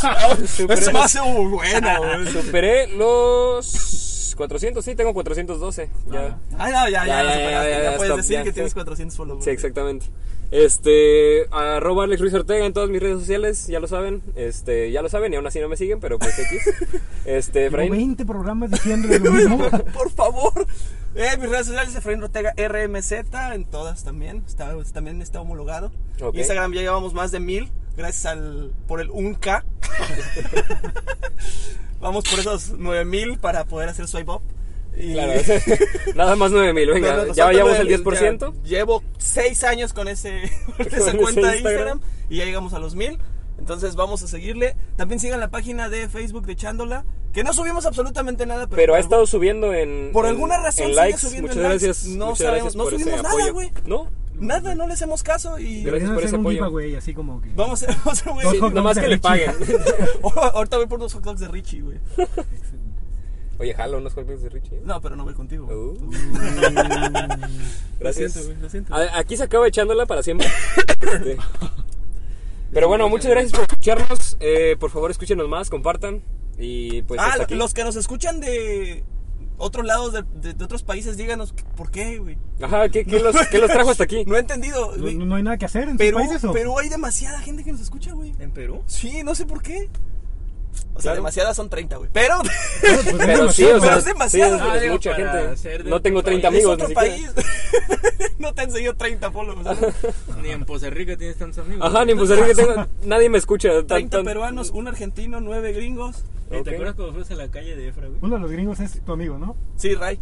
Speaker 2: Ah,
Speaker 1: Eso
Speaker 2: superé,
Speaker 1: me
Speaker 2: los,
Speaker 1: hace muy bueno, güey.
Speaker 2: superé los 400, sí, tengo 412. Ya.
Speaker 1: Ah, no, ya, ya,
Speaker 2: Ya,
Speaker 1: la
Speaker 2: ya,
Speaker 1: superaste.
Speaker 2: ya, ya,
Speaker 1: Ya,
Speaker 2: ya,
Speaker 1: puedes
Speaker 2: stop,
Speaker 1: decir
Speaker 2: ya,
Speaker 1: que
Speaker 2: ya.
Speaker 1: tienes 400 followers.
Speaker 2: Sí, exactamente. Este, arroba Alex Ruiz Ortega en todas mis redes sociales, ya lo saben. Este, ya lo saben y aún así no me siguen, pero pues X. Este,
Speaker 3: Llevo
Speaker 2: Efraín.
Speaker 3: 20 programas diciendo lo mismo.
Speaker 1: Por favor. Eh, mis redes sociales, Efraín Ortega, RMZ, en todas también. Está, también está homologado.
Speaker 2: Ok.
Speaker 1: Instagram ya llevamos más de mil, gracias al, por el 1K. Vamos por esos 9000 para poder hacer swipe up. Y-
Speaker 2: Claro, nada más 9000, venga,
Speaker 1: No, no,
Speaker 2: ya
Speaker 1: nosotros
Speaker 2: vayamos al
Speaker 1: ya-
Speaker 2: 10%.
Speaker 1: ya Llevo 6 años con, ese, con
Speaker 2: Con
Speaker 1: esa
Speaker 2: ese
Speaker 1: cuenta de
Speaker 2: Instagram.
Speaker 1: Instagram y ya llegamos a los mil. Entonces vamos a seguirle. También sigan la página de Facebook de Chándola, que no subimos absolutamente nada, pero,
Speaker 2: Pero ha
Speaker 1: por-
Speaker 2: estado subiendo en.
Speaker 1: por
Speaker 2: en-
Speaker 1: alguna razón
Speaker 2: En
Speaker 1: sigue
Speaker 2: likes,
Speaker 1: subiendo
Speaker 2: muchas
Speaker 1: en likes.
Speaker 2: gracias.
Speaker 1: No
Speaker 2: muchas
Speaker 1: sabemos,
Speaker 2: gracias
Speaker 1: no
Speaker 2: por ese
Speaker 1: subimos nada,
Speaker 2: apoyo.
Speaker 1: güey.
Speaker 2: No,
Speaker 1: Nada, no le hacemos caso y
Speaker 2: Gracias
Speaker 3: Deberían
Speaker 2: por ese
Speaker 3: hacer un
Speaker 2: apoyo.
Speaker 3: giveaway, así como que.
Speaker 1: vamos a vamos a hacer,
Speaker 3: Dos
Speaker 1: güey.
Speaker 2: sí,
Speaker 3: hot dogs
Speaker 2: nomás
Speaker 3: de
Speaker 2: que le
Speaker 3: Richie.
Speaker 2: paguen.
Speaker 1: Ahorita voy por unos hot dogs de Richie, güey.
Speaker 2: Oye, jalo unos golpes de Richie. ¿eh?
Speaker 1: No, pero no voy contigo. güey.
Speaker 2: Uh,
Speaker 1: Lo siento,
Speaker 2: gracias.
Speaker 1: güey, lo siento.
Speaker 2: A- Aquí se acaba echándola para siempre. Este. Pero bueno, muchas gracias por escucharnos. Eh, por favor, escúchenos más, compartan. Y pues.
Speaker 1: ah,
Speaker 2: hasta aquí.
Speaker 1: los que nos escuchan de otros lados, de, de- de otros países, díganos por qué, güey.
Speaker 2: Ajá, ¿qué, qué los, qué los trajo hasta aquí?
Speaker 1: No he entendido.
Speaker 3: No,
Speaker 1: güey.
Speaker 3: no- no hay nada que hacer en sus
Speaker 1: Perú,
Speaker 3: países o.
Speaker 1: Perú hay demasiada gente que nos escucha, güey.
Speaker 4: ¿En Perú?
Speaker 1: Sí, no sé por qué. O sea,
Speaker 2: Claro.
Speaker 1: demasiadas son 30, güey. Pero
Speaker 3: Pues es
Speaker 2: Pero sí,
Speaker 3: demasiado.
Speaker 2: o sea,
Speaker 1: Pero es demasiado.
Speaker 2: sí,
Speaker 4: Ah,
Speaker 2: es
Speaker 4: digo,
Speaker 2: mucha
Speaker 4: para
Speaker 2: gente.
Speaker 4: ser de
Speaker 2: No tengo
Speaker 4: otro
Speaker 2: 30
Speaker 4: país.
Speaker 1: es
Speaker 2: amigos. ni
Speaker 1: otro
Speaker 2: siquiera.
Speaker 1: país. no te han seguido 30 followers.
Speaker 4: Ni en Poza Rica tienes tantos amigos.
Speaker 2: Ajá, ni pues que tengo. Nadie me escucha. tan-
Speaker 1: 30
Speaker 2: tan-
Speaker 1: peruanos, un argentino, 9 gringos.
Speaker 4: ¿Y
Speaker 2: Ok.
Speaker 4: ¿Te acuerdas cuando fuimos a la calle de Efra, güey?
Speaker 3: Uno de los gringos es tu amigo, ¿no?
Speaker 1: Sí, Ray.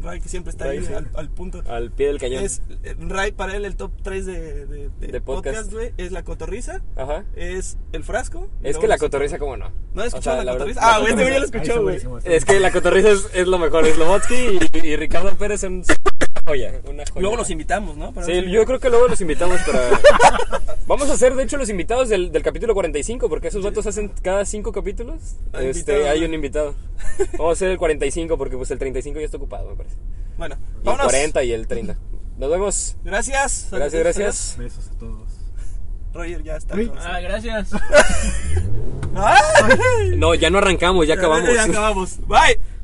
Speaker 1: Ray que siempre está
Speaker 2: Ray,
Speaker 1: ahí
Speaker 2: sí. Ah,
Speaker 1: al, al punto.
Speaker 2: Al pie del cañón.
Speaker 1: Es, eh, Ray para él el top 3 de, de, de
Speaker 2: De podcast.
Speaker 1: podcast, güey. Es la cotorriza,
Speaker 2: Ajá.
Speaker 1: es el frasco. y
Speaker 2: Es
Speaker 1: luego
Speaker 2: que la
Speaker 1: los-
Speaker 2: cotorriza, ¿cómo no?
Speaker 1: ¿No
Speaker 2: O
Speaker 1: has escuchado
Speaker 2: sea,
Speaker 1: la,
Speaker 2: verdad,
Speaker 1: cotorriza? Ah, güey, este güey ya lo
Speaker 3: Ahí está
Speaker 1: escuchó, güey.
Speaker 3: buenísimo, está
Speaker 2: Es que la cotorriza es, es lo mejor. Slovotsky y, y Ricardo Pérez son una joya. Una joya.
Speaker 1: Luego los invitamos, ¿no? Para ver
Speaker 2: Sí,
Speaker 1: si-
Speaker 2: yo creo que luego los invitamos para. Vamos a ser, de hecho, los invitados del, del capítulo 45, porque esos vatos hacen cada cinco capítulos.
Speaker 1: Ah,
Speaker 2: Este,
Speaker 1: invitado,
Speaker 2: hay
Speaker 1: ¿no?
Speaker 2: un invitado. Vamos a hacer el 45, porque pues el 35 ya está ocupado, me parece.
Speaker 1: Bueno,
Speaker 2: Y el
Speaker 1: vámonos.
Speaker 2: 40 y el 30. Nos vemos.
Speaker 1: Gracias.
Speaker 2: Gracias,
Speaker 1: Saludos,
Speaker 2: gracias.
Speaker 3: Besos a todos.
Speaker 1: saludos. Roger ya está.
Speaker 3: Uy.
Speaker 1: con-
Speaker 4: Ah, gracias.
Speaker 1: ¡Ay!
Speaker 2: No, ya no arrancamos, ya acabamos.
Speaker 1: Ya acabamos. Bye.